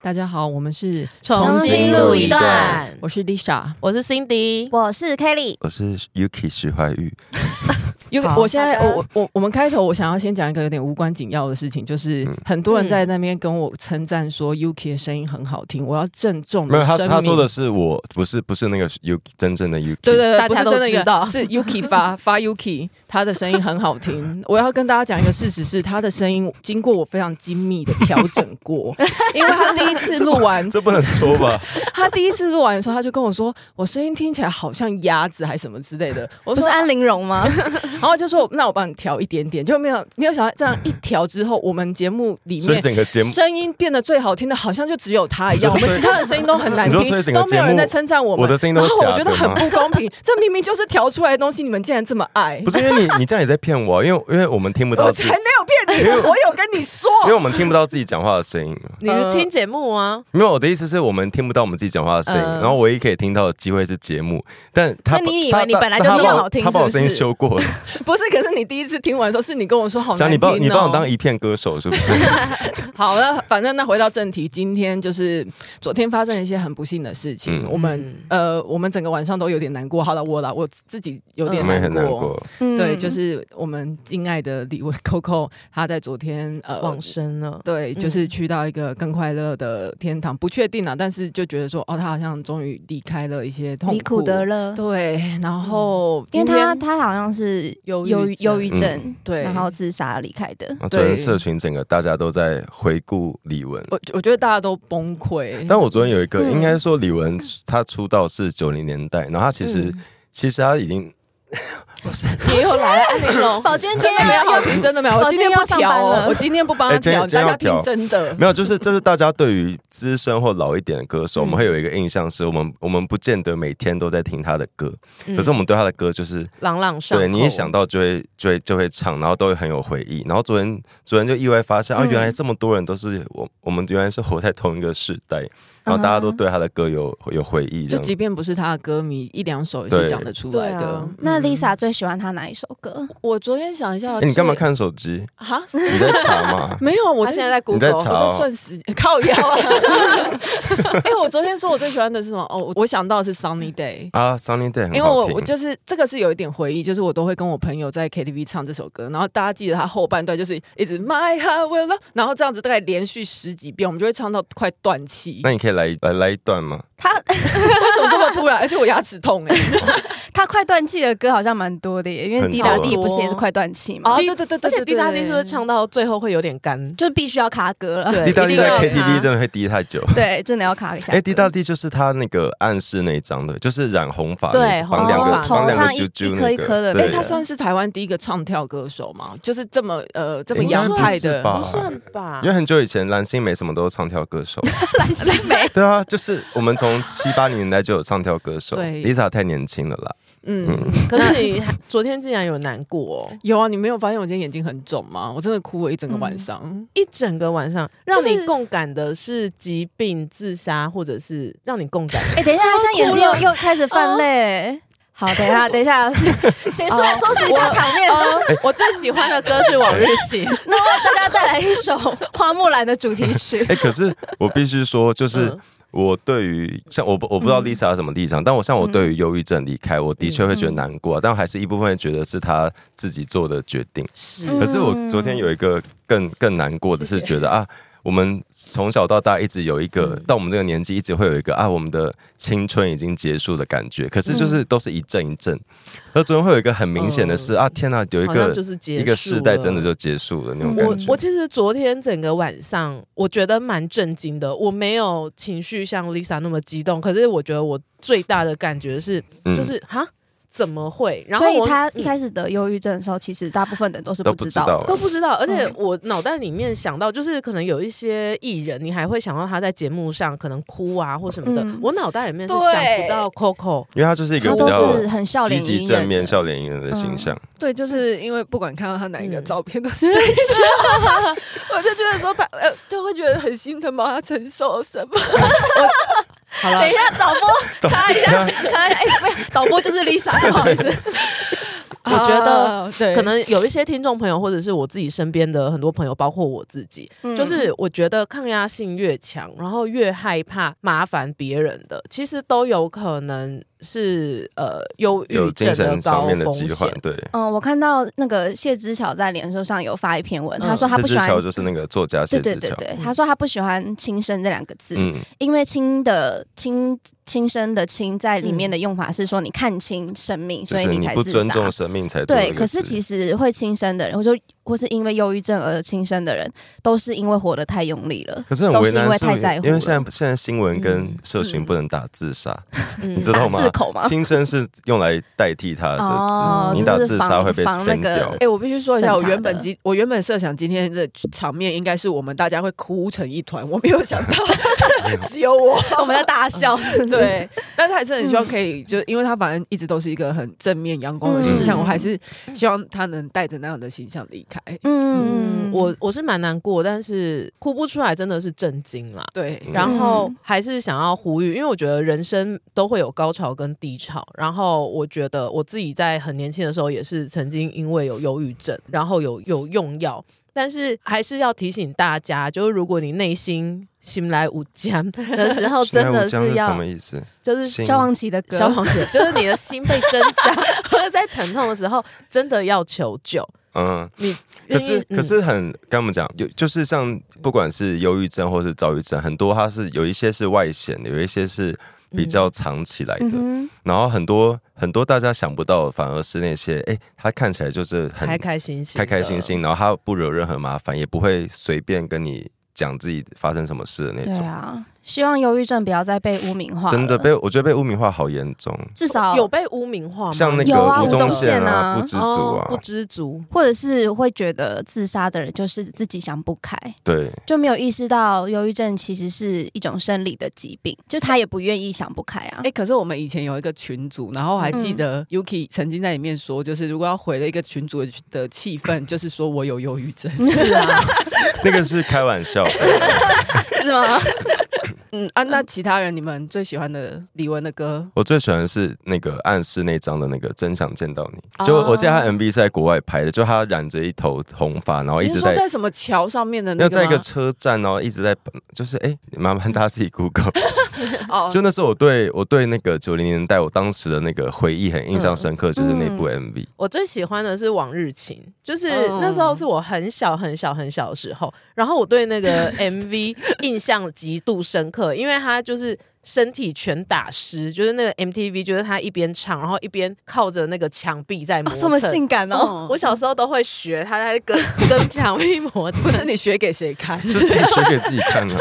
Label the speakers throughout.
Speaker 1: 大家好，我们是
Speaker 2: 重新录一段。
Speaker 1: 我是 Lisa，
Speaker 2: 我是 Cindy，
Speaker 3: 我是 Kelly，
Speaker 4: 我是 Yuki 徐怀钰。
Speaker 1: 因为
Speaker 2: 好
Speaker 1: 我现在
Speaker 3: 好的
Speaker 1: 我我我我们开头我想要先讲一个有点无关紧要的事情，就是很多人在那边跟我称赞说 Yuki 的声音很好听，我要郑重
Speaker 4: 没有
Speaker 1: 的
Speaker 4: 他，
Speaker 1: 声明，
Speaker 4: 他说的是我不是不是那个 Yuki 真正的 Yuki。
Speaker 1: 对对对，
Speaker 2: 大
Speaker 1: 不是
Speaker 2: 家都
Speaker 1: 真的一个
Speaker 2: 知道
Speaker 1: 是 Yuki 发发 Yuki，他的声音很好听。我要跟大家讲一个事实是，他的声音经过我非常精密的调整过，因为他第一次录 完，
Speaker 4: 这不能说吧？
Speaker 1: 他第一次录完的时候，他就跟我说，我声音听起来好像鸭子还什么之类的。我
Speaker 3: 不
Speaker 1: 说
Speaker 3: 是，安陵容吗？
Speaker 1: 然后就说那我帮你调一点点，就没有没有想到这样一调之后，我们节目里
Speaker 4: 所以
Speaker 1: 面。
Speaker 4: 整个节目，
Speaker 1: 声音变得最好听的，好像就只有他一样，我们其他的声音都很难听
Speaker 4: 你说所以，整个
Speaker 1: 都没有人
Speaker 4: 节目
Speaker 1: 在称赞我们。
Speaker 4: 我的声音都
Speaker 1: 然
Speaker 4: 是
Speaker 1: 后
Speaker 4: 假
Speaker 1: 我
Speaker 4: 的
Speaker 1: 觉得很
Speaker 4: 吗
Speaker 1: 不公平，这明明就是调出来的东西，你们竟然这么爱
Speaker 4: 不。是因为你你这样也在骗我，啊因为因为我们听不到
Speaker 1: 我
Speaker 4: 自己
Speaker 1: 才，没有骗你，我有跟你说。
Speaker 4: 因为我们听不到自己讲话的声音。
Speaker 2: 你是听节目啊吗？
Speaker 4: 没有，我的意思是我们听不到我们自己讲话的声音，
Speaker 2: 嗯
Speaker 4: 然后唯一可以听到的机会是节目。但他
Speaker 3: 所以你以
Speaker 4: 他
Speaker 3: 为你
Speaker 4: 他
Speaker 3: 本来
Speaker 4: 他
Speaker 3: 就那
Speaker 4: 把
Speaker 3: 么
Speaker 4: 我
Speaker 3: 好听
Speaker 4: 他把我
Speaker 3: 是不
Speaker 4: 声音
Speaker 3: 是
Speaker 4: 修过了，
Speaker 1: 不是，可是你第一次听完的时候，是你跟我说好难
Speaker 4: 讲
Speaker 1: 听、哦。
Speaker 4: 你帮你帮我当一片歌手是不是？
Speaker 1: 好了，反正那回到正题，今天就是昨天发生了一些很不幸的事情，
Speaker 4: 嗯
Speaker 1: 我们呃，我们整个晚上都有点难过。好了，我啦，我自己有
Speaker 4: 嗯我
Speaker 1: 点
Speaker 4: 们也
Speaker 1: 难
Speaker 4: 很难
Speaker 1: 过。
Speaker 4: 过。
Speaker 1: 对，
Speaker 3: 嗯
Speaker 1: 就是我们敬爱的李文 Coco，他在昨天
Speaker 4: 嗯
Speaker 1: 呃
Speaker 3: 嗯
Speaker 2: 往生了，
Speaker 1: 对，就是
Speaker 2: 嗯
Speaker 1: 去到一个更快乐的天堂，不确定啊，但是就觉得说，哦，他好像终于离开了一些痛
Speaker 3: 离苦得乐，
Speaker 1: 对，然后今
Speaker 3: 因为
Speaker 1: 天、
Speaker 3: 他他好像是
Speaker 2: 忧郁
Speaker 3: 忧郁忧
Speaker 2: 症
Speaker 3: 郁
Speaker 4: 嗯
Speaker 3: 症，
Speaker 1: 对
Speaker 3: 然后自杀离开 的。
Speaker 4: 然后昨天
Speaker 1: 对
Speaker 4: 社群整个大家都在回顾李玟，
Speaker 1: 我我觉得大家都崩溃，
Speaker 4: 但我昨天有一个，
Speaker 3: 嗯
Speaker 4: 应该说李玟她出道是九零年代，然后她其实、
Speaker 2: 嗯
Speaker 4: 其实她已经
Speaker 2: 也有来了安陵容，
Speaker 3: 宝娟 今
Speaker 1: 真的没
Speaker 3: 天
Speaker 1: 有好听，真的没有。我
Speaker 3: 宝
Speaker 1: 今
Speaker 3: 剑
Speaker 1: 天不
Speaker 3: 要上班
Speaker 1: 调哦，
Speaker 3: 了
Speaker 1: 我今天不帮他
Speaker 4: 哎今天
Speaker 1: 调，
Speaker 4: 今
Speaker 1: 大
Speaker 4: 天
Speaker 1: 家
Speaker 4: 要
Speaker 1: 听
Speaker 4: 调
Speaker 1: 真的。
Speaker 4: 没有，就是这是大家对于资深或老一点的歌手，
Speaker 2: 嗯
Speaker 4: 我们会有一个印象是，我们我们不见得每天都在听她的歌，
Speaker 2: 嗯
Speaker 4: 可是我们对她的歌就是
Speaker 2: 朗朗上口，
Speaker 4: 对你一想到就会就会就会唱，然后都会很有回忆。然后昨天昨天就意外发现啊，
Speaker 3: 嗯
Speaker 4: 原来这么多人都是我我们原来是活在同一个时代， 然后大
Speaker 3: 啊
Speaker 4: 家都对她的歌有有回忆这
Speaker 1: 就
Speaker 4: 样
Speaker 1: 即
Speaker 4: 子。
Speaker 1: 便不是他的歌迷，一两首也是
Speaker 4: 对
Speaker 1: 讲得出
Speaker 2: 对
Speaker 1: 来
Speaker 2: 啊
Speaker 1: 的。
Speaker 3: 那
Speaker 1: 嗯
Speaker 3: Lisa 最喜欢他哪一首歌？
Speaker 1: 我昨天想一下，
Speaker 4: 哎你干嘛
Speaker 1: 最？
Speaker 4: 看手机？
Speaker 1: 哈，？
Speaker 4: 你在查吗
Speaker 1: 没有，我
Speaker 2: 他
Speaker 1: 就
Speaker 2: 现在在
Speaker 4: 你在
Speaker 2: Google，
Speaker 4: 查
Speaker 1: 我在
Speaker 4: 哦
Speaker 1: 算时间靠腰 啊。哎，我昨天说我最喜欢的是什么？哦，我我想到的是 Sunny Day。
Speaker 4: 啊，Sunny Day 很好听。
Speaker 1: 因为我我就是这个是有一点回忆，就是我都会跟我朋友在 KTV 唱这首歌，然后大家记得它后半段就是一直 My Heart Will Love，然后这样子大概连续十几遍，我们就会唱到快断气。
Speaker 4: 那你可以来来来一段吗？
Speaker 3: 他
Speaker 1: 为什么这么突然？而且我牙齿 痛哎、
Speaker 3: 他快断气的歌好像蛮多的耶，因为
Speaker 4: 很
Speaker 3: 滴答滴
Speaker 2: 多
Speaker 3: 不是也是快断气
Speaker 2: 哦
Speaker 3: 嘛，
Speaker 1: 啊，
Speaker 2: 滴
Speaker 1: 对对对对对
Speaker 2: 而且
Speaker 1: 对，
Speaker 2: 滴答滴是不是
Speaker 1: 唱？
Speaker 2: 唱到最后会有点干？
Speaker 3: 就必须要卡歌了。
Speaker 2: 对
Speaker 4: 滴答滴在
Speaker 2: 一定要有
Speaker 4: KTV
Speaker 2: 它
Speaker 4: 真的会滴太久。
Speaker 3: 对，真的要卡一下歌。
Speaker 4: 哎，滴答滴就是他那个暗示那一张的，就是染红发那
Speaker 2: 对
Speaker 4: 一张，绑两
Speaker 2: 红
Speaker 4: 个
Speaker 2: 发
Speaker 4: 绑两
Speaker 3: 头上
Speaker 4: 个
Speaker 3: 一
Speaker 4: 啾啾
Speaker 3: 一颗
Speaker 4: 那
Speaker 3: 一颗
Speaker 4: 个。
Speaker 3: 的
Speaker 1: 哎、
Speaker 4: 对，啊
Speaker 1: 他算是台湾第一个唱跳歌手嘛，就是这么呃这么
Speaker 4: 应
Speaker 2: 该
Speaker 1: 洋派的
Speaker 4: 不是吧
Speaker 2: 不算吧
Speaker 4: 因为？很久以前蓝心湄什么都是唱跳歌手。
Speaker 3: 蓝心湄，
Speaker 4: 对啊，就是我们从七八年代就有唱跳歌手。
Speaker 1: 对
Speaker 4: Lisa 太年轻了啦。
Speaker 1: 嗯。
Speaker 2: 可是你还昨天竟然有难过 哦，
Speaker 1: 有啊，你没有发现我今天眼睛很肿吗？我真的哭了一整个晚上。
Speaker 2: 一整个晚上
Speaker 1: 就
Speaker 2: 让
Speaker 1: 是
Speaker 2: 你共感的是疾病、自杀，或者是让你共感的
Speaker 3: 哎，等一下，他现在眼睛又又开始泛泪。好，等一下，等一下，谁说
Speaker 2: 哦
Speaker 3: 收拾一下场面？
Speaker 4: 哎
Speaker 2: 我最喜欢的歌是《往日情》，
Speaker 3: 那为大家带来一首《花木兰》的主题曲。
Speaker 4: 哎，可是我必须说，就是
Speaker 2: 嗯
Speaker 4: 我对于像我不我不知道 Lisa 什么立场，但我像我
Speaker 2: 嗯
Speaker 4: 对于忧郁症离开，我的确会觉得难过，啊但还是一部分觉得是他自己做的决定。
Speaker 2: 是
Speaker 4: 可是我昨天有一个更更难过的是，觉得啊，我们从小到大一直有一个，
Speaker 2: 嗯
Speaker 4: 到我们这个年纪一直会有一个啊，我们的青春已经结束的感觉。可是
Speaker 2: 嗯
Speaker 4: 就是都是一阵一阵，而昨天会有一个很明显的是、啊，天哪、 有一
Speaker 2: 嗯好像
Speaker 4: 个
Speaker 2: 就是结束
Speaker 4: 一个世代
Speaker 2: 了嗯
Speaker 4: 真的就结束了那种
Speaker 2: 我
Speaker 4: 感觉
Speaker 2: 我。其实昨天整个晚上，我觉得蛮震惊的。我没有情绪像 Lisa 那么激动，可是我觉得我最大的感觉是，
Speaker 4: 嗯
Speaker 2: 就是哈、怎么会？然后
Speaker 3: 所以
Speaker 2: 我
Speaker 3: 他
Speaker 2: 嗯
Speaker 3: 一开始得忧郁症的时候，其实大部分人都是
Speaker 4: 都
Speaker 3: 不
Speaker 4: 不
Speaker 3: 知
Speaker 4: 知
Speaker 3: 道的。
Speaker 4: 道，哎
Speaker 2: 都不知道，而且
Speaker 3: 嗯
Speaker 2: 我脑袋里面想到，就是可能有一些艺人，你还会想到他在节目上可能哭啊或什么的。
Speaker 3: 嗯
Speaker 2: 我脑袋里面是
Speaker 1: 对
Speaker 2: 想不到 Coco，
Speaker 4: 因为他就是一个
Speaker 3: 他
Speaker 4: 比
Speaker 3: 都
Speaker 4: 较
Speaker 3: 是很笑
Speaker 4: 积
Speaker 3: 脸
Speaker 4: 极
Speaker 3: 迎
Speaker 4: 正面、
Speaker 3: 人的，
Speaker 4: 笑脸迎人的形象。
Speaker 1: 对，就是因为不管看到他哪一个
Speaker 2: 嗯
Speaker 1: 照片都 是最笑，我就觉得说他呃，就会觉得很心疼嘛，他承受了什么？
Speaker 2: 好了
Speaker 3: 等一，下，导播，咔一下，咔一下，哎，不要，导播就是 Lisa，不好意思。
Speaker 2: 我觉得
Speaker 1: 啊对
Speaker 2: 可能有一些听众朋友，或者是我自己身边的很多朋友，包括我自己，
Speaker 3: 嗯
Speaker 2: 就是我觉得抗压性越强，然后越害怕麻烦别人的，其实都有可能是呃忧
Speaker 4: 有
Speaker 2: 郁
Speaker 4: 精
Speaker 2: 症
Speaker 4: 神
Speaker 2: 高
Speaker 4: 方面的疾
Speaker 2: 风
Speaker 4: 患
Speaker 2: 险。，
Speaker 4: 对。
Speaker 3: 嗯，我看到那个谢之桥在脸书上有发一篇文，
Speaker 2: 嗯
Speaker 3: 他说他
Speaker 4: 谢
Speaker 3: 不
Speaker 4: 之
Speaker 3: 喜欢
Speaker 4: 桥，就是那个作家谢
Speaker 3: 对
Speaker 4: 之
Speaker 3: 对对
Speaker 4: 桥，
Speaker 3: 对
Speaker 2: 嗯，
Speaker 3: 他说他不喜欢“轻声”这两个字，
Speaker 4: 嗯，
Speaker 3: 因为“轻”的“轻”轻声的“轻”在里面的用法是说你看清生命，
Speaker 4: 就
Speaker 3: 所以
Speaker 4: 是
Speaker 3: 才
Speaker 4: 不
Speaker 3: 自
Speaker 4: 尊
Speaker 3: 杀。
Speaker 4: 重生命才做
Speaker 3: 对，
Speaker 4: 这个
Speaker 3: 可是
Speaker 4: 事
Speaker 3: 其实会轻生的人，或者说或是因为忧郁症而轻生的人，都是因为活得太用力了。
Speaker 4: 可是很
Speaker 3: 都
Speaker 4: 为
Speaker 3: 是因
Speaker 4: 难，
Speaker 3: 为
Speaker 4: 是不是
Speaker 3: 太在乎
Speaker 4: 因
Speaker 3: 了
Speaker 4: 为
Speaker 3: 嗯
Speaker 4: 现在现在新闻跟
Speaker 2: 嗯
Speaker 4: 社群不能打自杀，
Speaker 2: 嗯
Speaker 4: 你知道
Speaker 3: 打
Speaker 4: 吗
Speaker 3: 字？口吗？
Speaker 4: 轻生是用来代替他的字，
Speaker 3: 哦，
Speaker 4: 你
Speaker 3: 就
Speaker 4: 打
Speaker 3: 是
Speaker 4: 自杀
Speaker 3: 防
Speaker 4: 会被
Speaker 3: 防那
Speaker 4: ban 掉
Speaker 3: 个
Speaker 1: 哎、，我必须说一下，我
Speaker 3: 审查
Speaker 1: 原本
Speaker 3: 的
Speaker 1: 今我原本设想今天的场面应该是我们大家会哭成一团，我没有 想到只有我。
Speaker 3: 我们在大笑。
Speaker 1: 对， 但是还是很希望可以，就因为他反正一直都是一个很正面阳光的形象，
Speaker 3: 嗯
Speaker 1: 我还是希望他能带着那样的形象离开。
Speaker 3: 嗯
Speaker 2: 嗯，，我我是蛮难过，但是哭不出来，真的是震惊啦。
Speaker 1: 对，
Speaker 4: 嗯
Speaker 2: 然后
Speaker 3: 嗯
Speaker 2: 还是想要呼吁，因为我觉得人生都会有高潮跟低潮。然后我觉得我自己在很年轻的时候也是曾经因为有忧郁症，然后有有用药，但是还是要提醒大家，就是如果你内心心来无疆的时候，真的
Speaker 4: 现在我
Speaker 2: 是
Speaker 4: 这样什
Speaker 2: 要
Speaker 4: 么意思？
Speaker 2: 就是
Speaker 4: 心
Speaker 3: 消防旗的歌，
Speaker 2: 消防姐，就是你的心被挣扎或者在疼痛的时候，真的要求救。
Speaker 4: 嗯，
Speaker 2: 你
Speaker 4: 可是
Speaker 2: 嗯
Speaker 4: 可是很跟我们讲，有就是像不管是忧郁症或是躁郁症，很多它是有一些是外显的，有一些是
Speaker 2: 嗯
Speaker 4: 比较藏起来的，
Speaker 3: 嗯
Speaker 4: 然后很多很多大家想不到，反而是那些哎，他看起来就是很
Speaker 2: 开开心心，
Speaker 4: 开开心。心，然后他不惹任何麻烦，也不会随便跟你讲自己发生什么事的那
Speaker 3: 哼，对
Speaker 4: 种。
Speaker 3: 啊，希望忧郁症不要再被污名化了，
Speaker 4: 真的被我觉得被污名化好严重，
Speaker 3: 至少
Speaker 2: 有被污名化吗？
Speaker 4: 像那
Speaker 3: 有
Speaker 4: 个
Speaker 3: 啊
Speaker 4: 吴
Speaker 3: 吴
Speaker 4: 宗
Speaker 3: 宗宪
Speaker 4: 啊、
Speaker 3: 啊
Speaker 4: 不知足
Speaker 2: 哦不
Speaker 4: 啊，
Speaker 2: 知足。
Speaker 3: 或者是会觉得自杀的人就是自己想不开，
Speaker 4: 对，
Speaker 3: 就没有意识到忧郁症其实是一种生理的疾病，就他也不愿意想不开啊
Speaker 1: 哎、。可是我们以前有一个群组，然后我还记得 Yuki 曾经在里面说，就是如果要回了一个群组的的气氛，就是说我有忧郁症。
Speaker 2: 是啊，
Speaker 4: 那个是开玩笑的。
Speaker 3: 是 吗？
Speaker 1: 嗯啊，那其他人你们最喜欢的李玟的歌？
Speaker 4: 我最喜欢的是那个暗示那张的那个真想见到你，就我记得他 MV 是在国外拍的，就他染着一头红发，然后一
Speaker 1: 你是
Speaker 4: 直
Speaker 1: 说
Speaker 4: 在。
Speaker 1: 在什么桥上面的那
Speaker 4: 要
Speaker 1: 个
Speaker 4: 在一个
Speaker 1: 吗
Speaker 4: 车站，然后一直在，就是哎，麻烦大家自己 Google。
Speaker 1: 哦，
Speaker 4: 就那时候我对我对那个九零年代我当时的那个回忆很印象深刻，就是那部 MV。
Speaker 2: 我最喜欢的是《往日情》，就是
Speaker 1: 嗯
Speaker 2: 那时候是我很小很小很小的时候，然后我对那个 MV 印象极度深刻，因为他就是身体全打湿，就是那个 MTV 就是他一边唱，然后一边靠着那个墙壁在磨蹭。
Speaker 3: 这么性感哦！
Speaker 1: 哦
Speaker 2: 我小时候都会学他在跟跟墙壁磨蹭
Speaker 1: 不，是你学给谁看？
Speaker 4: 就自己学给自己看啊。